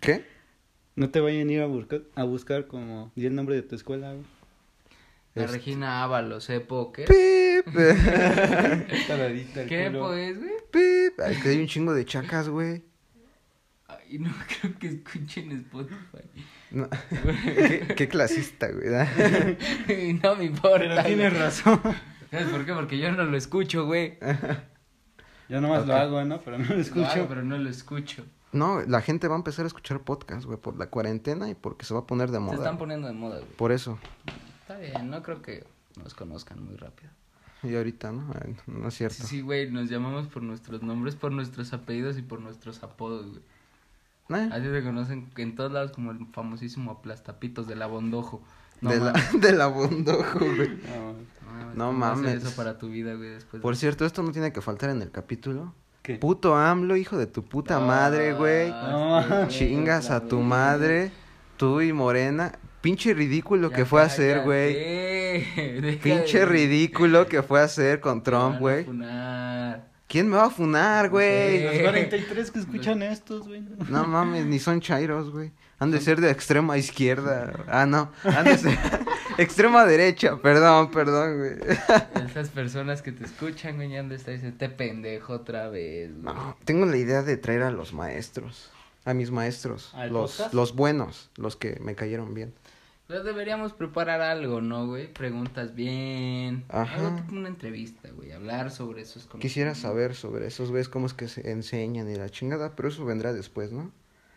Speaker 2: ¿Qué?
Speaker 1: No te vayan a ir a buscar, a buscar como di el nombre de tu escuela, güey.
Speaker 3: La
Speaker 2: Este.
Speaker 3: Regina Ábalos, ¿eh? ¿Epo qué?
Speaker 2: Pip.
Speaker 1: Taradita el
Speaker 3: ¿Qué
Speaker 1: culo.
Speaker 3: Epo es, güey?
Speaker 2: Pip. Ay, que hay un chingo de chacas, güey.
Speaker 3: Ay, no creo que escuchen Spotify.
Speaker 2: No. ¿Qué, qué clasista, güey.
Speaker 3: no me importa.
Speaker 1: Pero tienes
Speaker 3: güey.
Speaker 1: razón.
Speaker 3: ¿Sabes por qué? Porque yo no lo escucho, güey.
Speaker 2: Ah,
Speaker 1: Yo nomás lo
Speaker 2: Ok.
Speaker 1: hago, ¿no? Pero no lo
Speaker 3: Escucho,
Speaker 1: escucho.
Speaker 3: pero no lo escucho.
Speaker 2: No, la gente va a empezar a escuchar podcast, güey, por la cuarentena y porque se va a poner de
Speaker 3: Se
Speaker 2: moda.
Speaker 3: están
Speaker 2: güey.
Speaker 3: poniendo de moda, güey.
Speaker 2: Por eso.
Speaker 3: Está bien, no creo que nos conozcan muy rápido.
Speaker 2: Y ahorita, ¿no? Ay, no, no es
Speaker 3: Sí,
Speaker 2: cierto.
Speaker 3: sí, güey, nos llamamos por nuestros nombres, por nuestros apellidos y por nuestros apodos, güey.
Speaker 2: Eh,
Speaker 3: Así te conocen en todos lados como el famosísimo aplastapitos del abondojo. No
Speaker 2: de, la,
Speaker 3: mames.
Speaker 2: del abondojo, güey.
Speaker 1: No,
Speaker 2: No
Speaker 3: ¿cómo va a ser
Speaker 2: mames.
Speaker 3: eso para tu vida, güey, después.
Speaker 2: Por cierto, esto no tiene que faltar en el capítulo.
Speaker 1: ¿Qué?
Speaker 2: Puto AMLO, hijo de tu
Speaker 3: Ah,
Speaker 2: puta madre, güey.
Speaker 1: No,
Speaker 3: este,
Speaker 2: Chingas
Speaker 3: otra
Speaker 2: a tu
Speaker 3: vez.
Speaker 2: madre, tú y Morena. Pinche ridículo
Speaker 3: Ya
Speaker 2: que fue a hacer,
Speaker 3: cállate,
Speaker 2: güey.
Speaker 3: deja
Speaker 2: Pinche
Speaker 3: de-
Speaker 2: ridículo que fue a hacer con
Speaker 3: Te van
Speaker 2: Trump,
Speaker 3: a
Speaker 2: güey.
Speaker 3: funar.
Speaker 2: ¿Quién me va a funar, güey?
Speaker 1: Los 43 que escuchan estos, güey. no.
Speaker 2: No mames, ni son chairos, güey. Han de ser de extrema izquierda. Ah, no. Han de ser extrema derecha. Perdón, perdón, güey.
Speaker 3: Esas personas que te escuchan, güey, ya han de estar diciendo, te pendejo otra vez, güey.
Speaker 2: No, tengo la idea de traer a los maestros. A mis maestros.
Speaker 1: ¿Al
Speaker 2: Los,
Speaker 1: podcast?
Speaker 2: los buenos. Los que me cayeron bien.
Speaker 3: Entonces deberíamos preparar algo, ¿no, güey? Preguntas bien.
Speaker 2: Ajá.
Speaker 3: Algo tipo una entrevista, güey. Hablar sobre esos
Speaker 2: Quisiera saber sobre esos güeyes, cómo es que se enseñan y la chingada. Pero eso vendrá después, ¿no?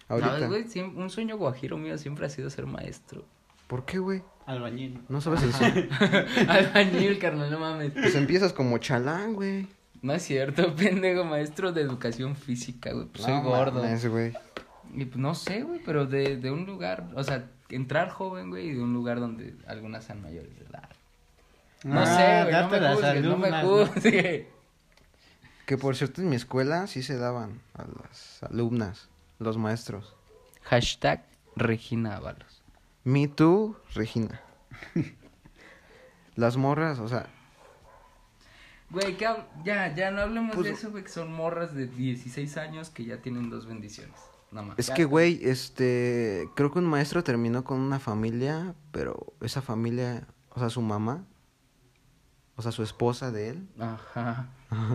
Speaker 2: Ahorita.
Speaker 3: ¿Sabes, güey? Siem- un sueño guajiro mío siempre ha sido ser maestro.
Speaker 2: ¿Por qué, güey?
Speaker 1: Albañil.
Speaker 2: No sabes enseñar.
Speaker 3: Albañil, carnal, no mames.
Speaker 2: Pues empiezas como chalán, güey.
Speaker 3: No es cierto, pendejo, maestro de educación física, güey. Pues soy
Speaker 2: No
Speaker 3: gordo.
Speaker 2: mames, güey.
Speaker 3: Y pues no sé, güey, pero de, de un lugar, o sea, entrar joven, güey, y de un lugar donde algunas sean mayores de edad.
Speaker 1: Ah,
Speaker 3: No sé, güey, no
Speaker 1: date
Speaker 3: me
Speaker 1: las
Speaker 3: juzgues, no me
Speaker 1: alumnas,
Speaker 3: juzgues.
Speaker 2: Que por cierto, en mi escuela sí se daban a las alumnas, los maestros.
Speaker 3: Hashtag Regina Ábalos.
Speaker 2: Me too, Regina. las morras, o sea,
Speaker 3: Güey, que hab- ya, ya no hablemos
Speaker 2: Pues-
Speaker 3: de eso, güey, que son morras de 16 años que ya tienen dos bendiciones. No más.
Speaker 2: es que, güey, este, creo que un maestro terminó con una familia, pero esa familia, o sea, su mamá, o sea, su esposa de él.
Speaker 3: Ajá.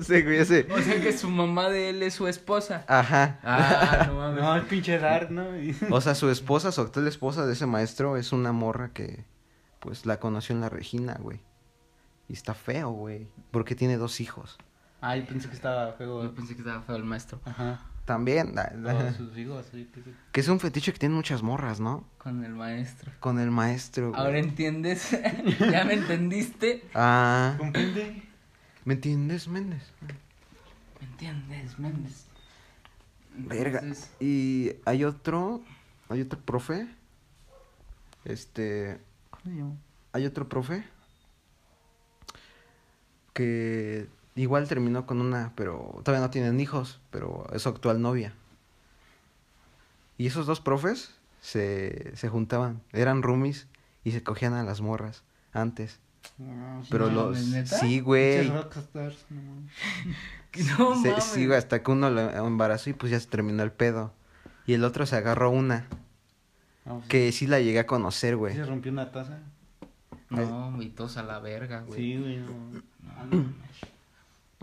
Speaker 2: sí, güey, ese.
Speaker 3: O sea que su mamá de él es su esposa.
Speaker 2: Ajá.
Speaker 3: Ah, no
Speaker 1: No,
Speaker 3: mames.
Speaker 1: no el pinche Dark, ¿no? Y-
Speaker 2: O sea, su esposa, su actual esposa de ese maestro es una morra que, pues, la conoció en la Regina, güey. Y está feo, güey. Porque tiene dos hijos.
Speaker 1: Ah, yo pensé que estaba
Speaker 3: Yo
Speaker 1: feo.
Speaker 3: pensé que estaba feo el maestro.
Speaker 1: Ajá.
Speaker 2: También. la- la-
Speaker 1: O sus hijos, sí, que sí.
Speaker 2: Que es un fetiche que tienen muchas morras, ¿no?
Speaker 3: Con el maestro.
Speaker 2: Con el maestro, güey.
Speaker 3: Ahora entiendes. ya me entendiste.
Speaker 2: Ah.
Speaker 1: Comprende.
Speaker 2: ¿Me entiendes, Méndez?
Speaker 3: ¿Me entiendes, Méndez?
Speaker 2: Verga.
Speaker 3: Entonces,
Speaker 2: Y hay otro, hay otro profe. Este, hay otro profe que Igual terminó con una, pero todavía no tienen hijos, pero es su actual novia. Y esos dos profes se, se juntaban, eran roomies y se cogían a las morras antes.
Speaker 1: No, sí
Speaker 2: Pero
Speaker 1: mames,
Speaker 2: los-
Speaker 1: ¿neta?
Speaker 2: sí, güey.
Speaker 1: Pinches rockstars, no mames.
Speaker 3: No
Speaker 2: Se-
Speaker 3: mames.
Speaker 2: sí, güey, hasta que uno lo embarazó y pues ya se terminó el pedo. Y el otro se agarró una,
Speaker 1: Ah, pues,
Speaker 2: que sí la llegué a conocer,
Speaker 1: ¿sí
Speaker 2: güey.
Speaker 1: ¿Se rompió una taza?
Speaker 3: No, y todos a la verga, güey.
Speaker 1: Sí, güey. no. Ah, no mames.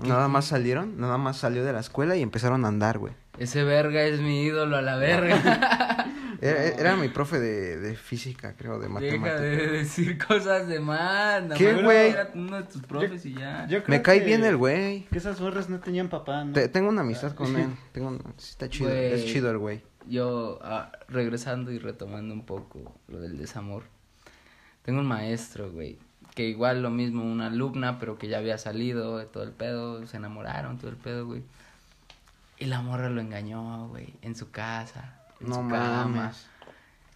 Speaker 2: Nada más salieron, nada más salió de la escuela y empezaron a andar, güey.
Speaker 3: Ese verga es mi ídolo a la verga.
Speaker 2: Era, E-, era mi profe de, de física, creo, de
Speaker 3: Deja
Speaker 2: matemáticas.
Speaker 3: de decir cosas de más. nada
Speaker 2: ¿Qué,
Speaker 3: más
Speaker 2: güey?
Speaker 3: Era uno de tus profes y ya.
Speaker 1: Yo creo
Speaker 2: Me cae
Speaker 1: que-
Speaker 2: bien el güey.
Speaker 1: Que esas morras no tenían papá, ¿no?
Speaker 2: Te- tengo una amistad con él. Tengo una- sí está chido.
Speaker 3: Güey.
Speaker 2: Es chido el güey.
Speaker 3: Yo, ah, regresando y retomando un poco lo del desamor, tengo un maestro, güey, que igual lo mismo, una alumna, pero que ya había salido, de todo el pedo, se enamoraron, todo el pedo, güey. Y la morra lo engañó, güey, en su casa, en
Speaker 2: No
Speaker 3: su cama.
Speaker 2: mames.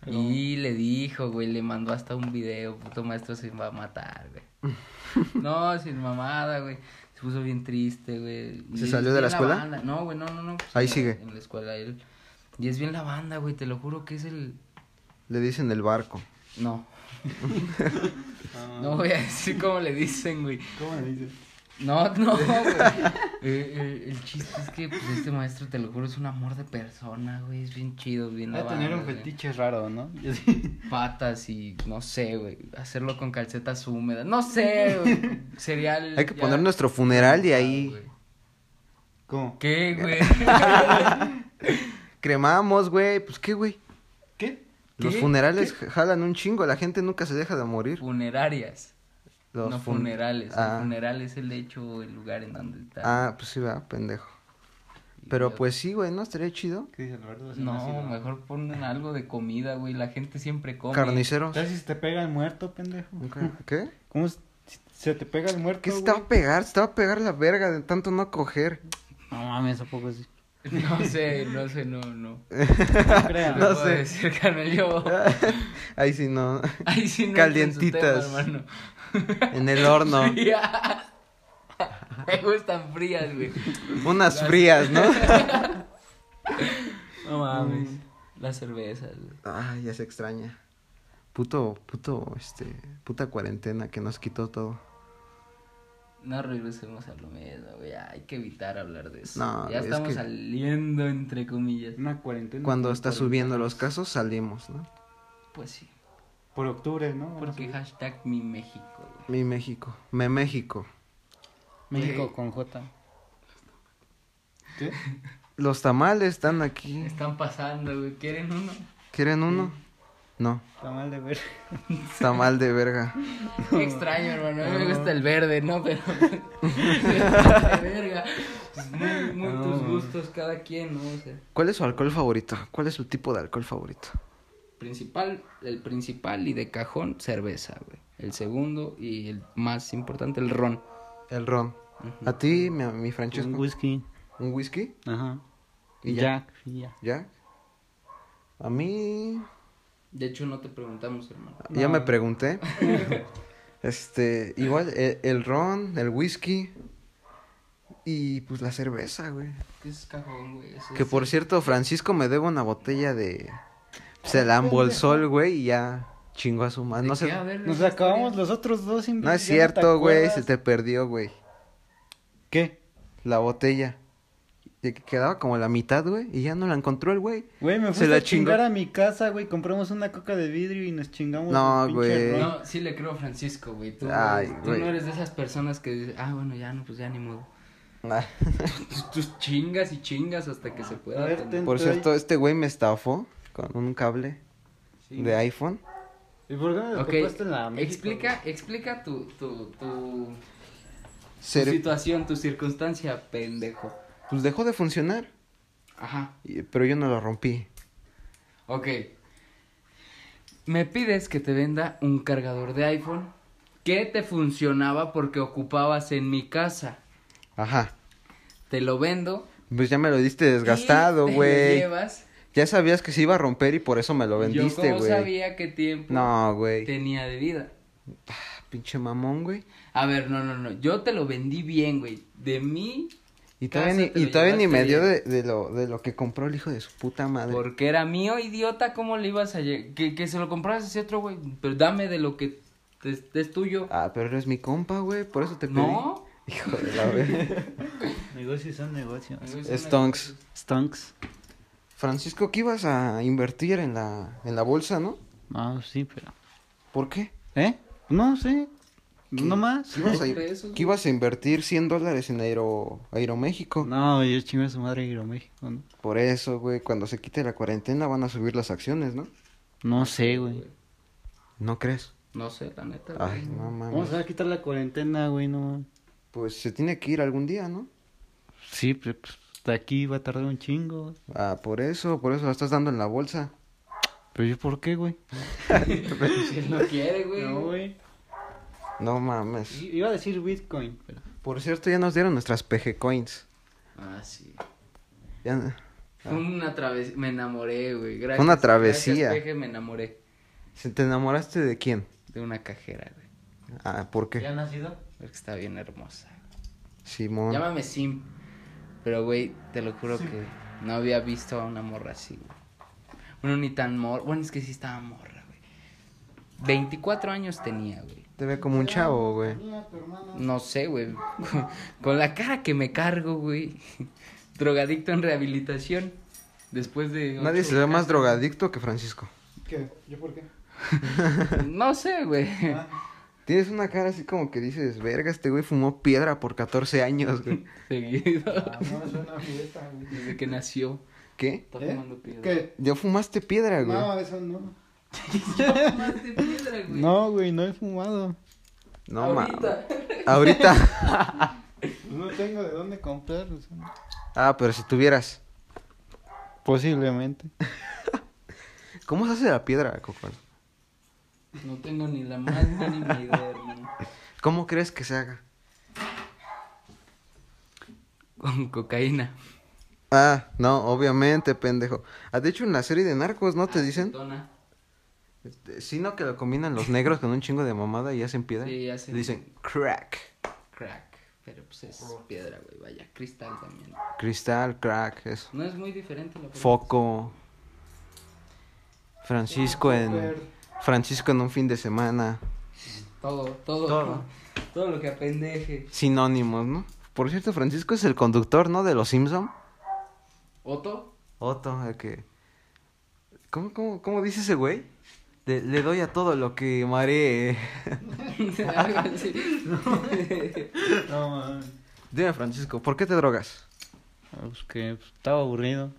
Speaker 3: Y le dijo, güey, le mandó hasta un video, puto maestro se va a matar, güey. no, sin mamada, güey. Se puso bien triste, güey. Y
Speaker 2: ¿Se
Speaker 3: es
Speaker 2: salió de
Speaker 3: bien
Speaker 2: la escuela?
Speaker 3: banda. No, güey, no, no, no. pues,
Speaker 2: Ahí
Speaker 3: en la-
Speaker 2: sigue.
Speaker 3: En la escuela él. Y es bien la banda, güey, te lo juro que es el...
Speaker 2: Le dicen el barco.
Speaker 3: No,
Speaker 1: Ah,
Speaker 3: no voy a decir cómo le dicen, güey.
Speaker 1: ¿Cómo le dices?
Speaker 3: No, no, güey. Eh, eh, el chiste es que pues, este maestro, te lo juro, es un amor de persona, güey. Es bien chido, bien
Speaker 1: Va
Speaker 3: la
Speaker 1: a tener
Speaker 3: banda,
Speaker 1: un
Speaker 3: güey.
Speaker 1: fetiche raro, ¿no? Y así.
Speaker 3: patas y no sé, güey, hacerlo con calcetas húmedas, no sé, güey, sería el-
Speaker 2: Hay que
Speaker 3: Eh, ya-
Speaker 2: poner nuestro funeral y ahí
Speaker 3: güey.
Speaker 1: ¿Cómo?
Speaker 3: ¿Qué, güey?
Speaker 2: cremamos, güey. Pues qué, güey.
Speaker 1: ¿Qué?
Speaker 2: Los
Speaker 3: ¿Qué?
Speaker 2: funerales jalan un chingo. La gente nunca se deja de morir.
Speaker 3: Funerarias,
Speaker 2: Los
Speaker 3: no
Speaker 2: fun-
Speaker 3: funerales,
Speaker 2: Ah.
Speaker 3: el funeral es el hecho o el lugar en donde está.
Speaker 2: Ah, pues sí, va, pendejo. Pero pues sí, güey, ¿no? Estaría chido.
Speaker 1: ¿Qué dice Alberto? Así
Speaker 3: no,
Speaker 1: nacido.
Speaker 3: mejor ponen algo de comida, güey, la gente siempre come.
Speaker 2: Carniceros.
Speaker 1: ¿Sabes si se te pega el muerto, pendejo?
Speaker 2: Nunca- ¿Qué?
Speaker 1: ¿Cómo se- se te pega el muerto,
Speaker 2: ¿Qué se
Speaker 1: güey?
Speaker 2: te va a pegar? Se te va a pegar la verga de tanto no coger.
Speaker 1: No mames, ¿a poco sí?
Speaker 3: No sé, no sé, no, no.
Speaker 1: No creo.
Speaker 2: No
Speaker 3: No
Speaker 2: sé.
Speaker 3: sé. Decir, Carmel, yo.
Speaker 2: Ahí sí no.
Speaker 3: Ahí sí no
Speaker 2: Calientitas.
Speaker 3: entro en su tema, hermano.
Speaker 2: En el horno.
Speaker 3: Frías. Me gustan frías, güey.
Speaker 2: Unas frías, ¿no?
Speaker 3: No mames. Las cervezas, güey.
Speaker 2: Ay, ya se extraña. Puto, puto, este, puta cuarentena que nos quitó todo.
Speaker 3: No regresemos a lo mismo, güey. Hay que evitar hablar de eso.
Speaker 2: No,
Speaker 3: ya
Speaker 2: güey, es
Speaker 3: estamos
Speaker 2: que-
Speaker 3: saliendo, entre comillas.
Speaker 1: Una cuarentena.
Speaker 2: Cuando
Speaker 1: por-
Speaker 2: está
Speaker 1: por-
Speaker 2: subiendo los casos, salimos, ¿no?
Speaker 3: Pues sí.
Speaker 1: Por octubre, ¿no?
Speaker 3: Porque hashtag mi México, güey.
Speaker 2: Mi México, me México.
Speaker 1: México con J. ¿Qué?
Speaker 2: Los tamales están aquí.
Speaker 3: Están pasando, güey. ¿Quieren uno?
Speaker 2: ¿Quieren uno? No,
Speaker 1: Está mal de ver.
Speaker 2: tamal de verga.
Speaker 3: Extraño, hermano. A mí me gusta el verde, ¿no? Pero. De verga. Pues muy muy
Speaker 1: No,
Speaker 3: tus
Speaker 1: güey.
Speaker 3: gustos, cada quien, ¿no? O sea.
Speaker 2: ¿Cuál es su alcohol favorito? ¿Cuál es su tipo de alcohol favorito?
Speaker 3: Principal, el principal y de cajón, cerveza, güey. El segundo y el más importante, el ron.
Speaker 2: El ron. ¿A ti, mi, mi Francesco?
Speaker 1: Un
Speaker 2: ¿Un,
Speaker 1: whisky.
Speaker 2: whisky?
Speaker 1: Ajá.
Speaker 2: ¿Y
Speaker 1: Y
Speaker 2: ya?
Speaker 1: Jack. Y ya.
Speaker 2: ¿Ya? A mí...
Speaker 3: De hecho, no te preguntamos, hermano.
Speaker 2: Ya me pregunté. Este, igual e- el, ron, el whisky y pues la cerveza, güey.
Speaker 3: ¿Qué es cajón, güey? Eso
Speaker 2: Que
Speaker 3: es-
Speaker 2: por cierto, Francisco me debe una botella de se la embolsó, güey, y ya chingó a su madre.
Speaker 3: ¿de
Speaker 2: No
Speaker 3: qué?
Speaker 2: sé.
Speaker 3: A ver,
Speaker 1: Nos
Speaker 3: esa
Speaker 1: acabamos
Speaker 3: historia.
Speaker 1: los otros dos sin
Speaker 2: No es cierto, güey, se te perdió, güey.
Speaker 1: ¿Qué?
Speaker 2: La botella. De que quedaba como la mitad, güey, y ya no la encontró el güey.
Speaker 1: Güey, me
Speaker 2: Se
Speaker 1: fuiste
Speaker 2: la
Speaker 1: a chingar
Speaker 2: chingó.
Speaker 1: a mi casa, güey. Compramos una coca de vidrio y nos chingamos.
Speaker 2: No,
Speaker 1: el pinche
Speaker 2: güey.
Speaker 1: ron.
Speaker 3: No, sí le creo a Francisco, güey. Tú,
Speaker 2: Ay,
Speaker 3: tú
Speaker 2: güey.
Speaker 3: no eres de esas personas que dicen, ah, bueno, ya no, pues ya ni modo. Pues
Speaker 2: Ah,
Speaker 3: Tú, tú chingas y chingas hasta que se pueda.
Speaker 1: A ver,
Speaker 3: tener-
Speaker 1: ten-
Speaker 2: Por
Speaker 1: Entró ahí.
Speaker 2: cierto, este güey me estafó con un cable
Speaker 1: Sí.
Speaker 2: de iPhone.
Speaker 1: ¿Y por qué me
Speaker 3: Ok,
Speaker 1: okay. en la México,
Speaker 3: explica, explica tu, tu, tu, tu
Speaker 2: Se-
Speaker 3: situación, tu circunstancia, pendejo.
Speaker 2: Pues dejó de funcionar.
Speaker 3: Ajá.
Speaker 2: Y- Pero yo no lo rompí.
Speaker 3: Ok. Me pides que te venda un cargador de iPhone que te funcionaba porque ocupabas en mi casa.
Speaker 2: Ajá.
Speaker 3: Te lo vendo.
Speaker 2: Pues ya me lo diste
Speaker 3: y
Speaker 2: desgastado,
Speaker 3: te lo
Speaker 2: güey.
Speaker 3: llevas.
Speaker 2: Ya sabías que se iba a romper y por eso me lo
Speaker 3: Yo
Speaker 2: vendiste,
Speaker 3: como
Speaker 2: güey.
Speaker 3: sabía qué tiempo
Speaker 2: No, güey.
Speaker 3: tenía de vida.
Speaker 2: Ah, Pinche mamón, güey.
Speaker 3: A ver, no, no, no. Yo te lo vendí bien, güey. De mí.
Speaker 2: Y
Speaker 3: casa
Speaker 2: todavía
Speaker 3: te
Speaker 2: ni, y
Speaker 3: lo
Speaker 2: todavía ni
Speaker 3: llevaste
Speaker 2: me dio
Speaker 3: bien.
Speaker 2: de, de lo, de lo que compró el hijo de su puta madre.
Speaker 3: Porque era mío, idiota. ¿Cómo le ibas a llegar? Que, que se lo compraras a ese otro, güey. Pero dame de lo que es, es tuyo.
Speaker 2: Ah, pero eres mi compa, güey. Por eso te pedí.
Speaker 3: no.
Speaker 2: Hijo de la verga.
Speaker 1: Negocios son negocios.
Speaker 3: Pues
Speaker 2: Stonks.
Speaker 1: Stonks.
Speaker 2: Francisco, ¿qué ibas a invertir en la, en la bolsa, no?
Speaker 1: No, sí, pero.
Speaker 2: ¿Por qué?
Speaker 1: ¿Eh? No, sí. No más.
Speaker 2: ¿Qué ibas a,
Speaker 3: Dos pesos,
Speaker 2: qué ibas a invertir 100 dólares en Aero, Aeroméxico?
Speaker 1: No, yo chingo a su madre Aeroméxico, ¿no?
Speaker 2: Por eso, güey, cuando se quite la cuarentena van a subir las acciones, ¿no?
Speaker 1: No sé, güey.
Speaker 2: ¿No crees?
Speaker 3: No sé, la neta. güey.
Speaker 2: Ay, no
Speaker 1: Vamos
Speaker 2: mames.
Speaker 1: a quitar la cuarentena, güey, no mames.
Speaker 2: Pues se tiene que ir algún día, ¿no?
Speaker 1: Sí, pero pues, de aquí va a tardar un chingo. güey.
Speaker 2: Ah, por eso, por eso la estás dando en la bolsa.
Speaker 1: Pero yo, ¿por qué, güey?
Speaker 3: Si él no quiere, güey.
Speaker 1: güey.
Speaker 2: No mames.
Speaker 1: Iba a decir Bitcoin, pero.
Speaker 2: Por cierto, ya nos dieron nuestras PG Coins.
Speaker 3: Ah, sí.
Speaker 2: Ya-
Speaker 3: Fue una travesía. Me enamoré, güey. Gracias.
Speaker 2: Fue una travesía.
Speaker 3: gracias, peje, me enamoré
Speaker 2: ¿Se- ¿Te enamoraste de quién?
Speaker 3: de una cajera, güey.
Speaker 2: Ah, ¿por qué?
Speaker 1: ha nacido?
Speaker 3: Porque está bien hermosa.
Speaker 2: Simón.
Speaker 3: Llámame Sim. Pero, güey, te lo juro que no había visto a una morra así, güey. Bueno, ni tan morra. Bueno, es que sí estaba morra, güey. 24 años tenía, güey.
Speaker 2: Te ve como un chavo, güey.
Speaker 3: No sé, güey. Con la cara que me cargo, güey. Drogadicto en rehabilitación. Después de. ocho
Speaker 2: Nadie se ve más
Speaker 3: casos.
Speaker 2: drogadicto que Francisco.
Speaker 1: ¿Qué? ¿Yo por qué?
Speaker 3: No sé, güey.
Speaker 2: Ah. Tienes una cara así como que dices, verga, este güey fumó piedra por 14 años, güey.
Speaker 3: Seguido.
Speaker 1: Ah, no es una fiesta, güey.
Speaker 3: Desde que nació.
Speaker 2: ¿Eh? ¿Qué?
Speaker 1: ¿Eh?
Speaker 3: Está fumando piedra.
Speaker 2: ¿Ya fumaste piedra, güey?
Speaker 1: Ah, eso no.
Speaker 3: Fumaste piedra, güey.
Speaker 1: No, güey, no he fumado.
Speaker 2: No,
Speaker 3: Ahorita.
Speaker 2: mames. Ahorita.
Speaker 1: No tengo de dónde comprar. o sea, no.
Speaker 2: Ah, pero si tuvieras.
Speaker 1: Posiblemente.
Speaker 2: ¿Cómo se hace la piedra, Coco?
Speaker 3: No tengo ni la más mínima idea, hermano.
Speaker 2: ¿Cómo crees que se haga?
Speaker 3: Con cocaína.
Speaker 2: Ah, no, obviamente, pendejo. Ah, de hecho, en la serie de narcos,
Speaker 3: Ah,
Speaker 2: ¿no te dicen?
Speaker 3: Acetona.
Speaker 2: Este, Sino que lo combinan los negros con un chingo de mamada y hacen piedra.
Speaker 3: Sí, hacen-
Speaker 2: Dicen crack.
Speaker 3: Crack. Pero pues es piedra, güey. Vaya, cristal también.
Speaker 2: Cristal, crack, eso.
Speaker 3: No es muy diferente la
Speaker 2: Foco. Francisco en. Francisco en un fin de semana.
Speaker 3: Todo, todo.
Speaker 2: Todo.
Speaker 3: Todo, lo que apendeje.
Speaker 2: Sinónimos, ¿no? Por cierto, Francisco es el conductor, ¿no? De los Simpson.
Speaker 3: Otto.
Speaker 2: Otto, el que. ¿Cómo, cómo, cómo dice ese güey? Le, le doy a todo lo que maree.
Speaker 3: Algo así.
Speaker 1: No, mames.
Speaker 2: Dime, Francisco, ¿por qué te drogas?
Speaker 1: Ah, Pues que pues, estaba aburrido.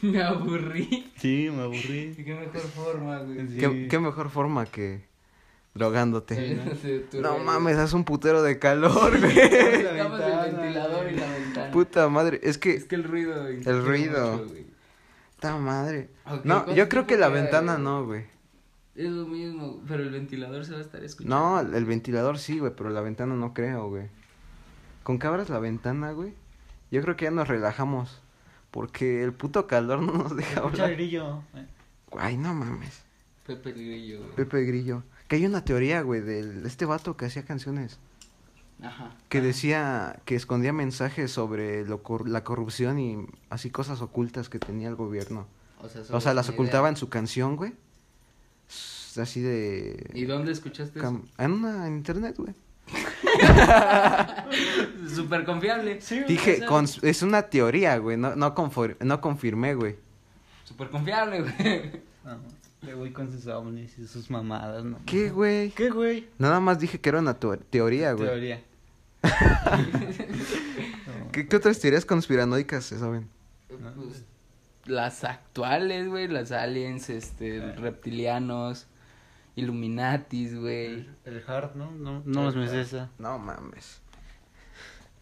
Speaker 3: Me aburrí.
Speaker 1: Sí, me aburrí.
Speaker 3: ¿De qué mejor forma, güey?
Speaker 1: Sí.
Speaker 2: ¿Qué, qué mejor forma que drogándote?
Speaker 3: De tu
Speaker 2: No
Speaker 3: rey.
Speaker 2: mames, hace un putero de calor, güey.
Speaker 3: Estamos
Speaker 1: La
Speaker 3: el
Speaker 1: ventana,
Speaker 3: ventilador y la ventana.
Speaker 2: Puta madre, es
Speaker 3: Es
Speaker 2: que.
Speaker 3: que el ruido.
Speaker 2: El ruido. Puta madre.
Speaker 3: Ok,
Speaker 2: No,
Speaker 3: ¿cuánto
Speaker 2: yo creo
Speaker 3: tiempo
Speaker 2: que la
Speaker 3: queda,
Speaker 2: ventana
Speaker 3: güey?
Speaker 2: no, güey.
Speaker 3: Es lo mismo, pero el ventilador se va a estar escuchando.
Speaker 2: No, el ventilador sí, güey, pero la ventana no creo, güey. Con que abras la ventana, güey, yo creo que ya nos relajamos. Porque el puto calor no nos deja
Speaker 1: Escucha el
Speaker 2: hablar.
Speaker 1: grillo.
Speaker 2: Ay, no mames.
Speaker 3: Pepe el grillo, güey.
Speaker 2: Pepe Grillo. Que hay una teoría, güey, de este vato que hacía canciones.
Speaker 3: Ajá.
Speaker 2: Que decía que escondía mensajes sobre lo cor- la corrupción y así cosas ocultas que tenía el gobierno.
Speaker 3: O sea,
Speaker 2: O sea, las ocultaba
Speaker 3: ocultaban
Speaker 2: en su canción, güey. S- Así de...
Speaker 3: ¿Y dónde escuchaste
Speaker 2: cam- En una en internet, güey.
Speaker 3: eso? Súper confiable.
Speaker 1: Sí,
Speaker 2: Dije, cons- es una teoría, güey. No, no, confor- no confirmé, güey.
Speaker 3: Súper confiable, güey.
Speaker 1: No, le voy con sus ovnis y sus mamadas, ¿no?
Speaker 2: ¿Qué, güey?
Speaker 1: ¿Qué, güey?
Speaker 2: Nada más dije que era una teo- teoría, güey.
Speaker 1: Teoría.
Speaker 2: ¿Qué, qué otras teorías conspiranoicas se saben?
Speaker 3: Pues, las actuales, güey. Las aliens, este, reptilianos, Illuminatis,
Speaker 2: Eh.
Speaker 3: güey.
Speaker 1: El hard, ¿no? No, no los me sé esa.
Speaker 2: No mames.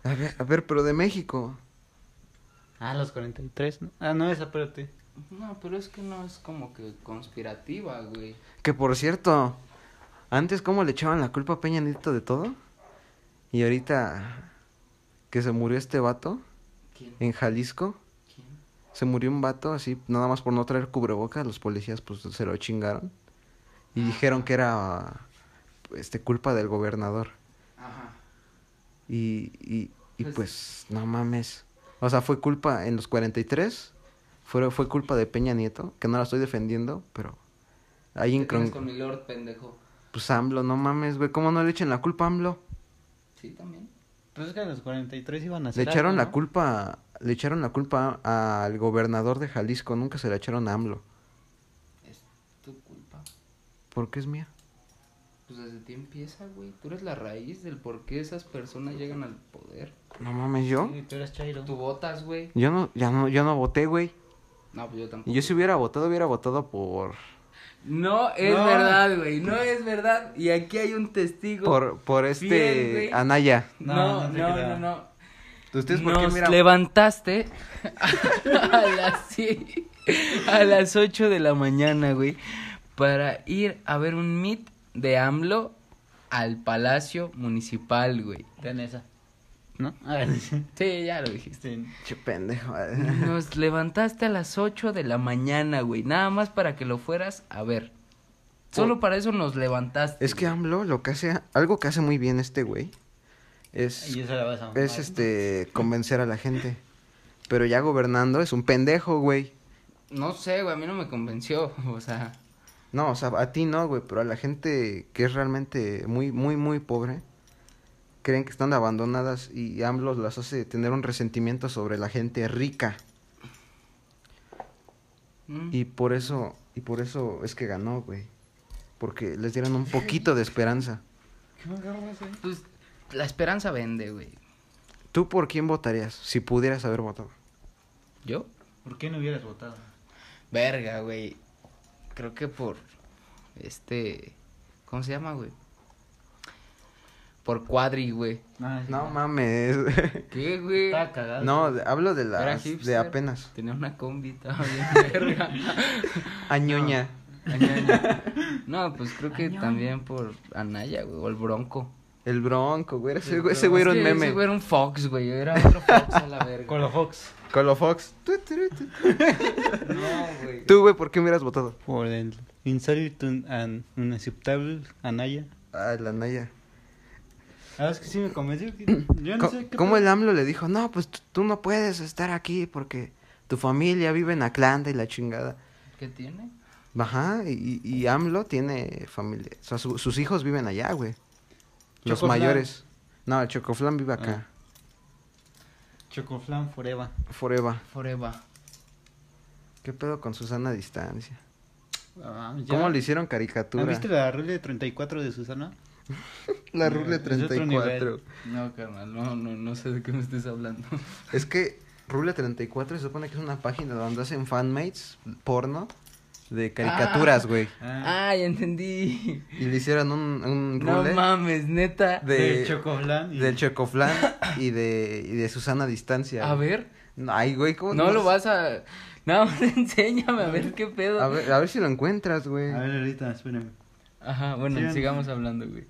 Speaker 2: A ver, a ver, pero de México.
Speaker 1: Ah, los 43, ¿no? Ah, no, esa, espérate.
Speaker 3: No, pero es que no es como que conspirativa, güey.
Speaker 2: Que por cierto, antes cómo le echaban la culpa a Peña Nieto de todo. Y ahorita que se murió este vato
Speaker 3: ¿Quién?
Speaker 2: en Jalisco.
Speaker 3: ¿Quién?
Speaker 2: Se murió un vato así, nada más por no traer cubrebocas, los policías pues se lo chingaron. Y
Speaker 3: Ah.
Speaker 2: dijeron que era este culpa del gobernador.
Speaker 3: Ajá.
Speaker 2: Y, y, y
Speaker 3: Pues-
Speaker 2: pues, no mames. O sea, fue culpa en los 43. Fue, fue culpa de Peña Nieto, que no la estoy defendiendo, pero ahí
Speaker 3: Te
Speaker 2: en
Speaker 3: tienes
Speaker 2: cron-
Speaker 3: con mi lord, pendejo.
Speaker 2: Pues AMLO, no mames, güey. ¿Cómo no le echen la culpa a AMLO?
Speaker 3: Sí, también.
Speaker 1: Pues es que a los 43 iban a
Speaker 2: Le
Speaker 1: hacer
Speaker 2: echaron
Speaker 1: algo,
Speaker 2: la
Speaker 1: ¿no?
Speaker 2: culpa, le echaron la culpa a- al gobernador de Jalisco, nunca se la echaron a AMLO.
Speaker 3: Es tu culpa.
Speaker 2: ¿Por qué es mía?
Speaker 3: Pues desde ti empieza, güey. Tú eres la raíz del por qué esas personas llegan al poder.
Speaker 2: No mames, yo.
Speaker 1: Sí, tú eras chairo.
Speaker 3: Tú votas, güey.
Speaker 2: Yo no, ya no, yo no voté, güey.
Speaker 3: No, pues yo tampoco.
Speaker 2: Yo si hubiera votado, hubiera votado por
Speaker 3: No es
Speaker 1: No.
Speaker 3: verdad, güey. No es verdad. Y aquí hay un testigo.
Speaker 2: por, por este
Speaker 3: Fiel, güey.
Speaker 2: Anaya.
Speaker 1: No,
Speaker 3: No,
Speaker 1: no te
Speaker 3: no, no,
Speaker 1: creo.
Speaker 3: no.
Speaker 2: ¿Ustedes por qué
Speaker 3: Nos
Speaker 2: hubiera-
Speaker 3: levantaste a las, sie- a las 8 de la mañana, güey, para ir a ver un meet de AMLO al Palacio Municipal, güey.
Speaker 1: Ten esa. ¿No? Este, A ver,
Speaker 3: Ah, Sí, ya lo dijiste.
Speaker 1: sí.
Speaker 2: Che pendejo.
Speaker 3: Nos levantaste a las 8 de la mañana, güey, nada más para que lo fueras a ver. Solo para eso nos levantaste.
Speaker 2: Oh. Es que AMLO lo que hace, algo que hace muy bien este güey es,
Speaker 1: Y esa la vas a
Speaker 2: es
Speaker 1: mamar.
Speaker 2: este convencer a la gente. Pero ya gobernando es un pendejo, güey.
Speaker 3: No sé, güey, a mí no me convenció, o sea...
Speaker 2: No, o sea, a ti no, güey, pero a la gente que es realmente muy, muy, muy pobre, creen que están abandonadas y AMLO las hace tener un resentimiento sobre la gente rica.
Speaker 3: mm.
Speaker 2: Y por eso, y por eso es que ganó, güey. Porque les dieron un poquito de esperanza.
Speaker 1: ¿Qué me agarro ese?
Speaker 3: Pues la esperanza vende, güey.
Speaker 2: ¿Tú por quién votarías si pudieras haber votado?
Speaker 3: ¿Yo?
Speaker 1: ¿Por qué no hubieras votado?
Speaker 3: Verga, güey. Creo que por este ¿cómo se llama, güey? Por Cuadri, güey.
Speaker 1: Ah, sí,
Speaker 2: No mames.
Speaker 3: ¿Qué, güey?
Speaker 1: Estaba cagado.
Speaker 2: No, de- hablo de
Speaker 3: Era
Speaker 2: las de
Speaker 3: hipster.
Speaker 2: apenas.
Speaker 3: Tenía una combi, estaba bien verga.
Speaker 2: Añoña.
Speaker 3: Añaña. No, pues creo que también por Anaya, güey, o el Bronco.
Speaker 2: El bronco, güey. Ese, güey- ese güey era
Speaker 3: Es
Speaker 2: un
Speaker 3: que
Speaker 2: meme.
Speaker 3: Ese güey era un Fox, güey. Era otro Fox a la verga.
Speaker 1: Colo Fox.
Speaker 2: Colo Fox. Tu, tu, tu, tu.
Speaker 3: No, güey.
Speaker 2: Tú, güey, ¿por qué hubieras votado?
Speaker 1: Por el insólito and unacceptable Anaya.
Speaker 2: Ah, la Naya.
Speaker 1: Ah, es que sí me convenció. que- Yo no
Speaker 2: Co-
Speaker 1: sé qué.
Speaker 2: ¿Cómo
Speaker 1: pedo.
Speaker 2: el AMLO le dijo? No, pues tú- tú no puedes estar aquí porque tu familia vive en Atlanta y la chingada.
Speaker 3: ¿Qué tiene?
Speaker 2: Ajá, y, y AMLO tiene familia. O sea, su- sus hijos viven allá, güey. Los
Speaker 1: Chocoflan.
Speaker 2: mayores. No, el Chocoflan vive acá.
Speaker 1: Chocoflan Forever.
Speaker 2: Forever.
Speaker 3: Forever.
Speaker 2: ¿Qué pedo con Susana a distancia?
Speaker 1: Ah, ya.
Speaker 2: ¿Cómo le hicieron
Speaker 1: ¿Ah,
Speaker 2: caricatura?
Speaker 1: ¿Viste la regla de 34 de Susana?
Speaker 2: La
Speaker 1: Es
Speaker 2: Rule
Speaker 1: otro nivel.
Speaker 2: 34.
Speaker 3: No, carnal, no, no, no sé de qué me estés hablando.
Speaker 2: Es que Rule 34 se supone que es una página donde hacen fanmates porno de caricaturas, güey.
Speaker 1: Ah,
Speaker 3: Ah, ya entendí.
Speaker 2: Y le hicieron un, un
Speaker 3: No
Speaker 2: rule
Speaker 3: mames, neta.
Speaker 2: de-
Speaker 1: del Chocoflan. y-
Speaker 2: del Chocoflan y de, y de Susana a distancia.
Speaker 3: A
Speaker 2: güey.
Speaker 3: ver,
Speaker 2: No, Ay, güey, ¿cómo
Speaker 3: no lo
Speaker 2: sé?
Speaker 3: vas a. Nada más enséñame a ver qué pedo.
Speaker 2: A ver, a ver si lo encuentras, güey.
Speaker 1: A ver, ahorita, espérame.
Speaker 3: Ajá, bueno,
Speaker 1: Sí,
Speaker 3: sigamos hablando, güey.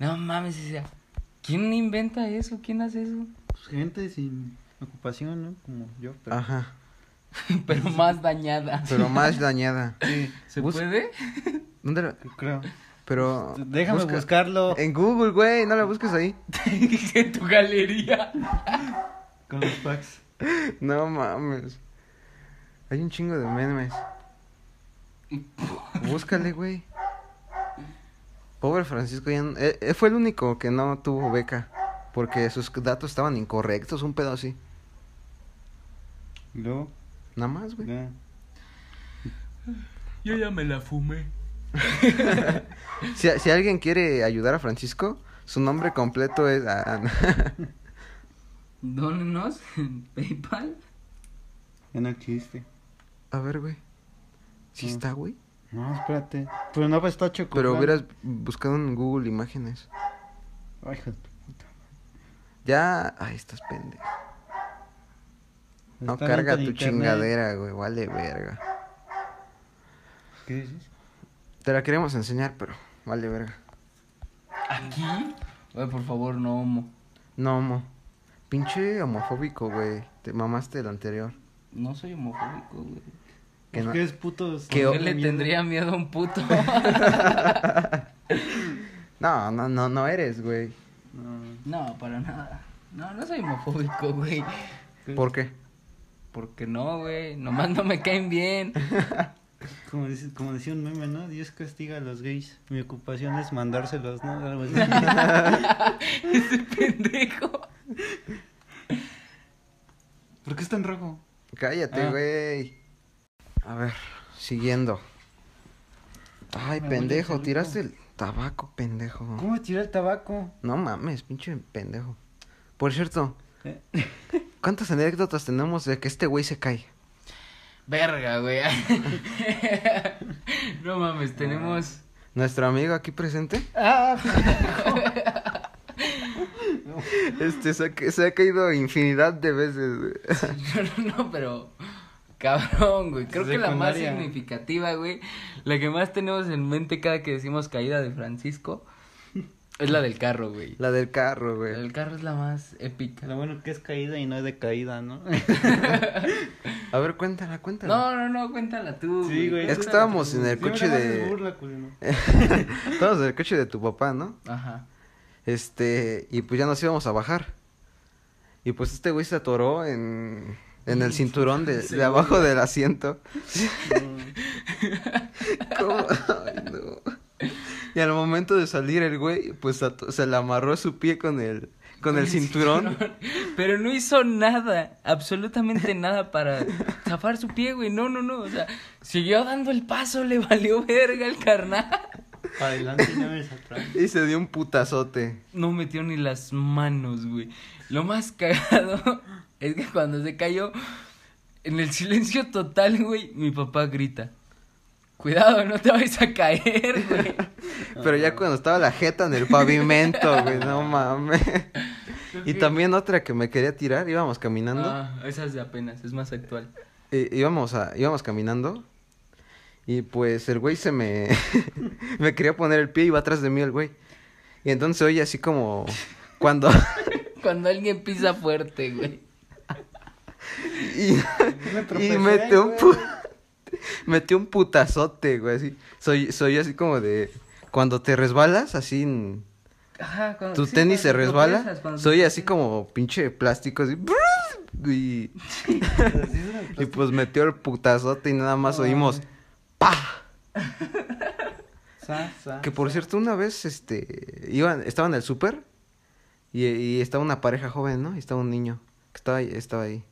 Speaker 3: No mames, o sea, ¿quién inventa eso? ¿Quién hace eso?
Speaker 1: Pues, gente sin ocupación, ¿no? Como yo, pero.
Speaker 2: Ajá.
Speaker 3: Pero más dañada.
Speaker 2: Pero más dañada.
Speaker 1: Sí,
Speaker 3: ¿Se
Speaker 2: Bus-
Speaker 3: puede?
Speaker 2: ¿Dónde lo-
Speaker 1: creo.
Speaker 2: Pero.
Speaker 1: Déjame
Speaker 2: busca- Eh.
Speaker 1: buscarlo.
Speaker 2: En Google, güey, no la busques ahí.
Speaker 3: en tu galería.
Speaker 1: Con los packs.
Speaker 2: No mames. Hay un chingo de memes. Búscale, güey. Pobre Francisco, ya no- eh, eh, fue el único que no tuvo beca. Porque sus datos estaban incorrectos, un pedo así.
Speaker 1: Luego,
Speaker 2: Nada más, güey.
Speaker 1: ya.
Speaker 3: Yo ya me la fumé.
Speaker 2: Si, si alguien quiere ayudar a Francisco, su nombre completo es. ah,
Speaker 3: Dónenos en PayPal.
Speaker 1: ya no existe.
Speaker 2: A ver, güey. ¿Sí
Speaker 1: Mm.
Speaker 2: está, güey?
Speaker 1: No, espérate. Pero no pues, está Chocoflan.
Speaker 2: Pero hubieras buscado en Google imágenes.
Speaker 1: Ay, hijo de tu puta.
Speaker 2: Ya. Ay, estás pendejo. No
Speaker 1: Está
Speaker 2: carga
Speaker 1: lento el
Speaker 2: tu
Speaker 1: internet.
Speaker 2: chingadera, güey. Vale, verga.
Speaker 1: ¿Qué dices?
Speaker 2: Te la queremos enseñar, pero vale, verga.
Speaker 3: ¿Aquí? Güey, por favor, no homo.
Speaker 2: No, homo. Pinche homofóbico, güey. Te mamaste el anterior.
Speaker 3: No soy homofóbico, güey.
Speaker 2: Que no-
Speaker 1: ¿Qué Pues es putos?
Speaker 2: que
Speaker 1: ¿Por
Speaker 2: o-
Speaker 1: qué
Speaker 3: Yo le tendría miedo a un puto.
Speaker 2: No, no, no, no eres, güey.
Speaker 1: No.
Speaker 3: No, para nada. No, no soy homofóbico, güey.
Speaker 2: ¿Por qué?
Speaker 3: Porque no, güey. Nomás no me caen bien.
Speaker 1: Como, dice- como decía un meme, ¿no? Dios castiga a los gays. Mi ocupación es mandárselos, ¿no? Algo así.
Speaker 3: Ese pendejo.
Speaker 1: ¿Por qué está en rojo?
Speaker 2: Cállate,
Speaker 1: Ah.
Speaker 2: güey. A ver, siguiendo. Ay,
Speaker 1: Me huele el
Speaker 2: pendejo,
Speaker 1: celuco.
Speaker 2: tiraste el tabaco, pendejo.
Speaker 1: ¿Cómo tiré el tabaco?
Speaker 2: No mames, pinche pendejo. Por cierto,
Speaker 1: Eh,
Speaker 2: ¿cuántas anécdotas tenemos de que este güey se cae?
Speaker 3: Verga, güey. No mames, tenemos.
Speaker 2: Nuestro amigo aquí presente,
Speaker 1: ¡Ah!
Speaker 2: este se ha, ca- se ha caído infinidad de veces. güey.
Speaker 3: Ah. No, no, no, pero. Cabrón, güey. Creo que la más
Speaker 1: Secundaria.
Speaker 3: significativa, güey. La que más tenemos en mente cada que decimos caída de Francisco. Es la del carro, güey.
Speaker 2: La del carro,
Speaker 3: La
Speaker 2: güey.
Speaker 3: del carro es la más épica.
Speaker 1: Lo bueno que es caída y no es de caída, ¿no?
Speaker 2: A ver, cuéntala, cuéntala.
Speaker 3: No, no, no, cuéntala tú.
Speaker 1: Sí, güey.
Speaker 2: Es que
Speaker 3: cuéntala
Speaker 2: estábamos
Speaker 3: tú.
Speaker 2: en el
Speaker 1: Siempre
Speaker 2: coche
Speaker 1: nada más
Speaker 2: de-
Speaker 1: es burla, culero.
Speaker 2: Estábamos en el coche de tu papá, ¿no?
Speaker 3: Ajá.
Speaker 2: Este, y pues ya nos íbamos a bajar. Y pues este güey se atoró en, en el cinturón de, de abajo del asiento. ¿Cómo? Ay, no. Y al momento de salir el güey, pues ato- se le amarró su pie con el, con el cinturón.
Speaker 3: Pero no hizo nada, absolutamente nada para zafar su pie, güey. No, no, no. O sea, siguió dando el paso, le valió verga el carnal.
Speaker 1: Para adelante y no ves atrás.
Speaker 2: Y se dio un putazote.
Speaker 3: No metió ni las manos, güey. Lo más cagado es que cuando se cayó, en el silencio total, güey, mi papá grita. Cuidado, no te vayas a caer, güey.
Speaker 2: Pero ya cuando estaba la jeta en el pavimento, güey, no mames. Y también otra que me quería tirar, íbamos caminando.
Speaker 3: Ah, esa es de apenas, es más actual.
Speaker 2: Eh, íbamos a, íbamos caminando y pues el güey se me, me quería poner el pie y va atrás de mí el güey. Y entonces oye así como cuando
Speaker 3: Cuando alguien pisa fuerte, güey.
Speaker 2: y,
Speaker 1: Me
Speaker 2: y
Speaker 1: tropecé,
Speaker 2: metió un
Speaker 1: güey.
Speaker 2: pu- metió un putazote, güey, así. Soy soy así como de cuando te resbalas así en-
Speaker 3: Ajá, cuando-
Speaker 2: tu
Speaker 3: sí,
Speaker 2: tenis se
Speaker 3: cuando te
Speaker 2: resbala,
Speaker 3: tropiezas, cuando te
Speaker 2: soy así
Speaker 3: tropiezas.
Speaker 2: como pinche plástico así y,
Speaker 1: Así es el
Speaker 2: y
Speaker 1: plástico.
Speaker 2: pues metió el putazote y nada más oímos pa.
Speaker 1: Sa, sa,
Speaker 2: Que por
Speaker 1: sa.
Speaker 2: cierto, una vez, este, iban, estaba en el súper y, y estaba una pareja joven, ¿no? Y estaba un niño que estaba ahí, estaba ahí.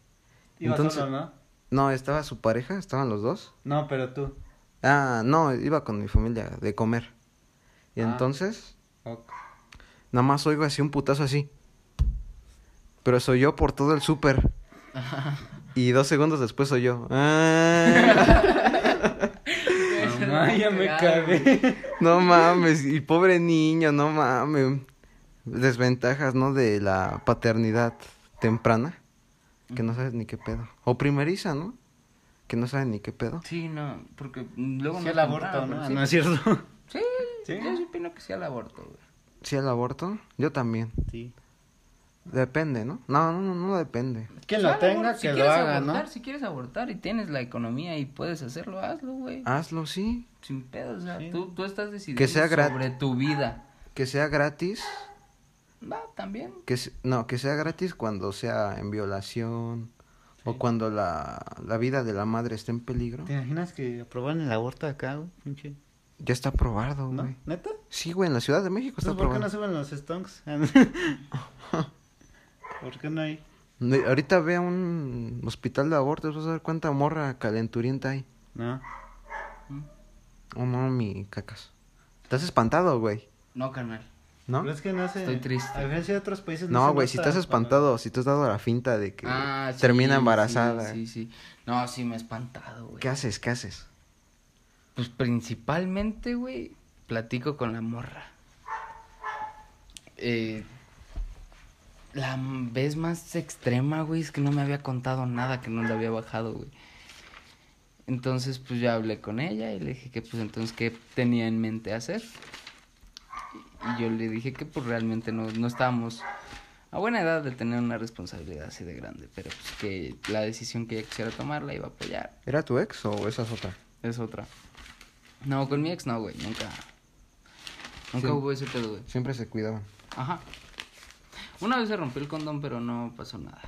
Speaker 1: Iba
Speaker 2: entonces-
Speaker 1: solo, ¿no?
Speaker 2: No, estaba su pareja, estaban los dos.
Speaker 1: No, pero tú.
Speaker 2: Ah, no, iba con mi familia de comer. Y
Speaker 1: Ah.
Speaker 2: entonces,
Speaker 1: Ok.
Speaker 2: nada más oigo así un putazo así. Pero soy yo por todo el súper. Y dos segundos después soy yo. Ah,
Speaker 1: Mamá, ya me
Speaker 3: Claro, güey.
Speaker 1: cagué.
Speaker 2: no mames, y pobre niño, no mames. Desventajas, ¿no? De la paternidad temprana. Que no sabes ni qué pedo. O primeriza, ¿no? Que no sabes ni qué pedo.
Speaker 3: Sí, no, porque luego
Speaker 1: Sí,
Speaker 3: no
Speaker 1: el aborto,
Speaker 3: compraban,
Speaker 1: ¿no?
Speaker 3: pero sí.
Speaker 1: Ah, No es cierto.
Speaker 3: Sí,
Speaker 1: ¿Sí?
Speaker 3: yo sí opino que sea el aborto, güey.
Speaker 2: ¿Sí el aborto? Yo también.
Speaker 1: Sí.
Speaker 2: Depende, ¿no? No, no, no, no depende.
Speaker 1: Que
Speaker 3: O
Speaker 1: lo
Speaker 3: sea,
Speaker 1: tenga,
Speaker 3: Pues aborto, si
Speaker 1: que lo
Speaker 3: quieres
Speaker 1: haga,
Speaker 3: abortar,
Speaker 1: ¿no?
Speaker 3: Si quieres abortar y tienes la economía y puedes hacerlo, hazlo, güey.
Speaker 2: Hazlo, sí.
Speaker 3: Sin pedo, o sea,
Speaker 1: Ah. Sí.
Speaker 3: tú, tú estás decidiendo
Speaker 2: Que sea gratis.
Speaker 3: sobre tu vida.
Speaker 2: Que sea gratis.
Speaker 3: Va, también.
Speaker 2: Que se- No, que sea gratis cuando sea en violación. O cuando la, la vida de la madre esté en peligro.
Speaker 1: ¿Te imaginas que aprobaran el aborto acá, güey? Pinche.
Speaker 2: Ya está aprobado, güey. Pues
Speaker 1: ¿No? ¿Neta?
Speaker 2: Sí, güey, en la Ciudad de México está
Speaker 1: Entonces, ¿por qué no
Speaker 2: aprobado.
Speaker 1: suben los stonks? ¿Por qué no hay?
Speaker 2: Ne- Ahorita ve a un hospital de abortos, vas a ver cuánta morra calenturienta hay.
Speaker 1: No.
Speaker 2: Oh, no, mi cacas. Estás espantado, güey,
Speaker 3: No, carnal.
Speaker 2: ¿no?
Speaker 1: Pero es que no se...
Speaker 3: Estoy triste.
Speaker 1: A diferencia de otros países...
Speaker 2: No,
Speaker 1: se
Speaker 2: güey, si
Speaker 1: nota
Speaker 2: estás
Speaker 1: cuando-
Speaker 2: espantado, si te has dado la finta de que
Speaker 3: Ah, sí,
Speaker 2: termina
Speaker 3: sí,
Speaker 2: embarazada.
Speaker 3: Sí, sí, No, sí me he espantado, güey.
Speaker 2: ¿Qué haces? ¿Qué haces?
Speaker 3: Pues principalmente, güey, platico con la morra. Eh, la m- vez más extrema, güey, es que no me había contado nada, que no le había bajado, güey. Entonces, pues ya hablé con ella y le dije que, pues entonces, ¿qué tenía en mente hacer? Y yo le dije que, pues realmente no, no estábamos a buena edad de tener una responsabilidad así de grande, pero pues que la decisión que ella quisiera tomar la iba a apoyar.
Speaker 2: ¿Era tu ex o esa es otra?
Speaker 3: Es otra. No, con mi ex no, güey, nunca. Nunca
Speaker 2: Sí.
Speaker 3: hubo ese pedo, güey.
Speaker 2: Siempre se cuidaban.
Speaker 3: Ajá. Una vez se rompió el condón, pero no pasó nada.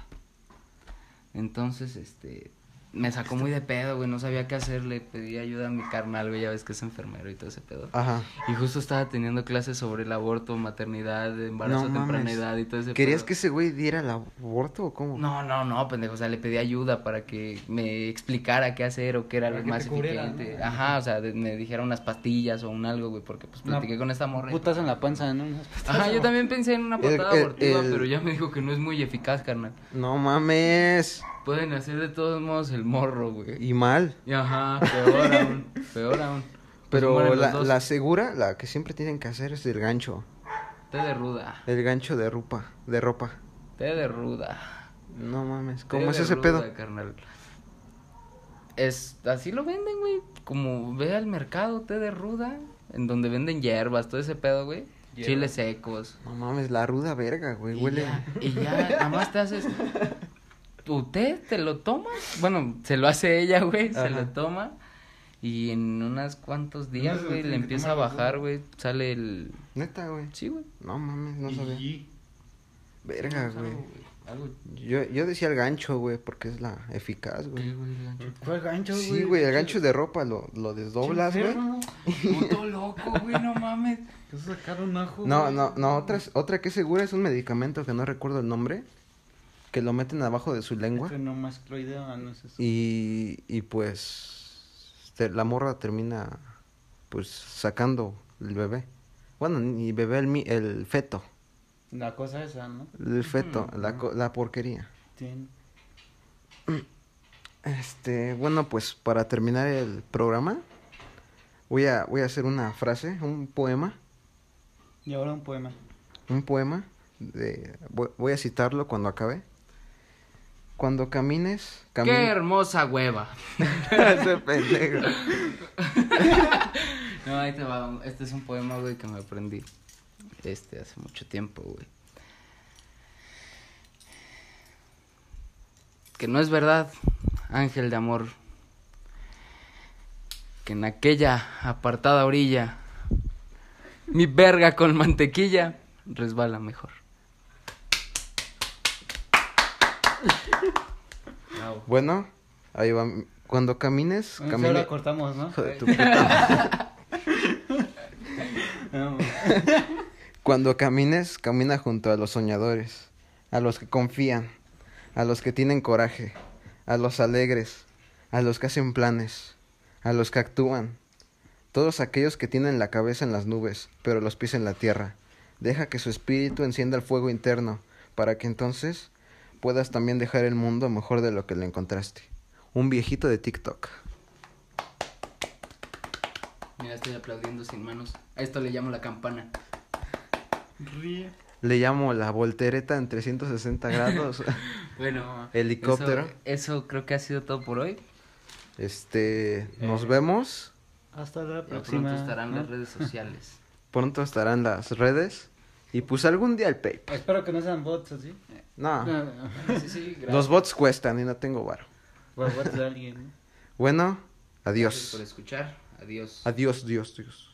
Speaker 3: Entonces, este, me sacó muy de pedo, güey, no sabía qué hacer, le pedí ayuda a mi carnal, güey, ya ves que es enfermero y todo ese pedo.
Speaker 2: Ajá.
Speaker 3: Y justo estaba teniendo clases sobre el aborto, maternidad, embarazo,
Speaker 2: No
Speaker 3: temprana
Speaker 2: mames.
Speaker 3: edad y todo ese
Speaker 2: ¿Querías
Speaker 3: pedo.
Speaker 2: que ese güey diera el aborto o cómo?
Speaker 3: No, no, no, pendejo, o sea, le pedí ayuda para que me explicara qué hacer o qué era
Speaker 1: Para
Speaker 3: lo
Speaker 1: que te
Speaker 3: más
Speaker 1: cubriera,
Speaker 3: eficiente.
Speaker 1: ¿no?
Speaker 3: Ajá, o sea, de- me dijera unas pastillas o un algo, güey, porque pues
Speaker 1: Una
Speaker 3: platiqué con esta morra. y-
Speaker 1: Putas en la panza, ¿no?
Speaker 3: Ajá, yo también pensé en una patada
Speaker 2: El- el-
Speaker 3: abortiva,
Speaker 2: el-
Speaker 3: pero ya me dijo que no es muy eficaz, carnal.
Speaker 2: No mames.
Speaker 3: Pueden hacer de todos modos el morro, güey.
Speaker 2: Y mal.
Speaker 3: Y ajá, peor aún, peor aún. Pues
Speaker 2: Pero
Speaker 3: mueren los
Speaker 2: la,
Speaker 3: dos.
Speaker 2: la segura, la que siempre tienen que hacer es el gancho.
Speaker 3: Té de ruda,
Speaker 2: El gancho de ropa. De ropa.
Speaker 3: té de ruda.
Speaker 2: No mames.
Speaker 3: té
Speaker 2: ¿Cómo es
Speaker 3: de
Speaker 2: ese
Speaker 3: ruda,
Speaker 2: pedo?
Speaker 3: carnal. Es, así lo venden, güey. Como ve al mercado, té de ruda, en donde venden hierbas, todo ese pedo, güey.
Speaker 1: Hierbas.
Speaker 3: Chiles secos,
Speaker 2: No mames, la ruda verga, güey.
Speaker 3: Y
Speaker 2: Huele.
Speaker 3: ya, y ya, nada más te haces. ¿Tu té te lo tomas? Bueno, se lo hace ella, güey, se
Speaker 2: Ajá.
Speaker 3: lo toma. Y en unos cuantos días,
Speaker 1: se lo
Speaker 3: güey, le
Speaker 1: tiene que
Speaker 3: empieza a
Speaker 1: tomar los dos.
Speaker 3: bajar, güey. Sale el.
Speaker 2: Neta, güey.
Speaker 3: Sí, güey.
Speaker 2: No mames, no sabía.
Speaker 1: Y-
Speaker 2: Verga,
Speaker 3: Sí, algo,
Speaker 2: güey.
Speaker 3: Algo.
Speaker 2: Yo, yo decía el gancho, güey, porque es la eficaz,
Speaker 3: ¿Qué,
Speaker 2: güey.
Speaker 3: güey? el gancho?
Speaker 1: ¿Cuál gancho, güey?
Speaker 2: Sí, güey, el gancho de ropa lo, lo desdoblas,
Speaker 1: Che,
Speaker 2: güey.
Speaker 1: perro,
Speaker 3: Puto loco, güey, no mames.
Speaker 1: Te vas a sacar un ajo,
Speaker 2: No,
Speaker 1: güey.
Speaker 2: no, no, otra, es- otra que es segura es un medicamento que no recuerdo el nombre, que lo meten abajo de su lengua
Speaker 1: Este no más cloideo, ah, no es eso.
Speaker 2: y, y pues te- la morra termina pues sacando el bebé. Bueno, ni bebé, el, mi- el feto,
Speaker 1: La cosa esa, ¿no?
Speaker 2: el feto,
Speaker 1: Mm,
Speaker 3: Ujú.
Speaker 2: la, co- la porquería.
Speaker 1: Tien-
Speaker 2: Este, bueno, pues para terminar el programa voy a, voy a hacer una frase, un poema.
Speaker 1: Y ahora un poema.
Speaker 2: un poema, de, voy, voy a citarlo cuando acabe. Cuando camines,
Speaker 3: Qué
Speaker 2: camina.
Speaker 3: hermosa hueva.
Speaker 2: Ese pendejo.
Speaker 3: No, ahí te va. Este es un poema, güey, que me aprendí. Este, hace mucho tiempo, güey. Que no es verdad, ángel de amor. Que en aquella apartada orilla, mi verga con mantequilla resbala mejor. Bravo.
Speaker 2: Bueno, ahí va. Cuando camines,
Speaker 1: Bueno, sí,
Speaker 2: camina.
Speaker 1: ahora cortamos, ¿no?
Speaker 2: Hijo de tu puta.
Speaker 1: No,
Speaker 2: Cuando camines, camina junto a los soñadores, a los que confían, a los que tienen coraje, a los alegres, a los que hacen planes, a los que actúan, todos aquellos que tienen la cabeza en las nubes, pero los pies en la tierra. Deja que su espíritu encienda el fuego interno, para que entonces puedas también dejar el mundo mejor de lo que lo encontraste. Un viejito de TikTok.
Speaker 3: Mira, estoy aplaudiendo sin manos. A esto le llamo la campana.
Speaker 1: ríe.
Speaker 2: Le llamo la voltereta en 360 grados.
Speaker 3: Bueno,
Speaker 2: Helicóptero.
Speaker 3: Eso, eso creo que ha sido todo por hoy.
Speaker 2: Este, nos vemos.
Speaker 1: Hasta la
Speaker 3: Ya
Speaker 1: próxima.
Speaker 3: pronto estarán
Speaker 1: ¿no?
Speaker 3: las redes sociales.
Speaker 2: Pronto estarán las redes. Y pues algún día el pay.
Speaker 1: Espero que no sean bots así.
Speaker 2: No.
Speaker 1: No, no.
Speaker 3: Ah, Sí, sí, gracias.
Speaker 2: Los bots cuestan y no tengo varo.
Speaker 1: Por bots de alguien, ¿no?
Speaker 2: Bueno,
Speaker 3: Gracias
Speaker 2: adiós.
Speaker 3: por escuchar. Adiós.
Speaker 2: Adiós, Dios, Dios.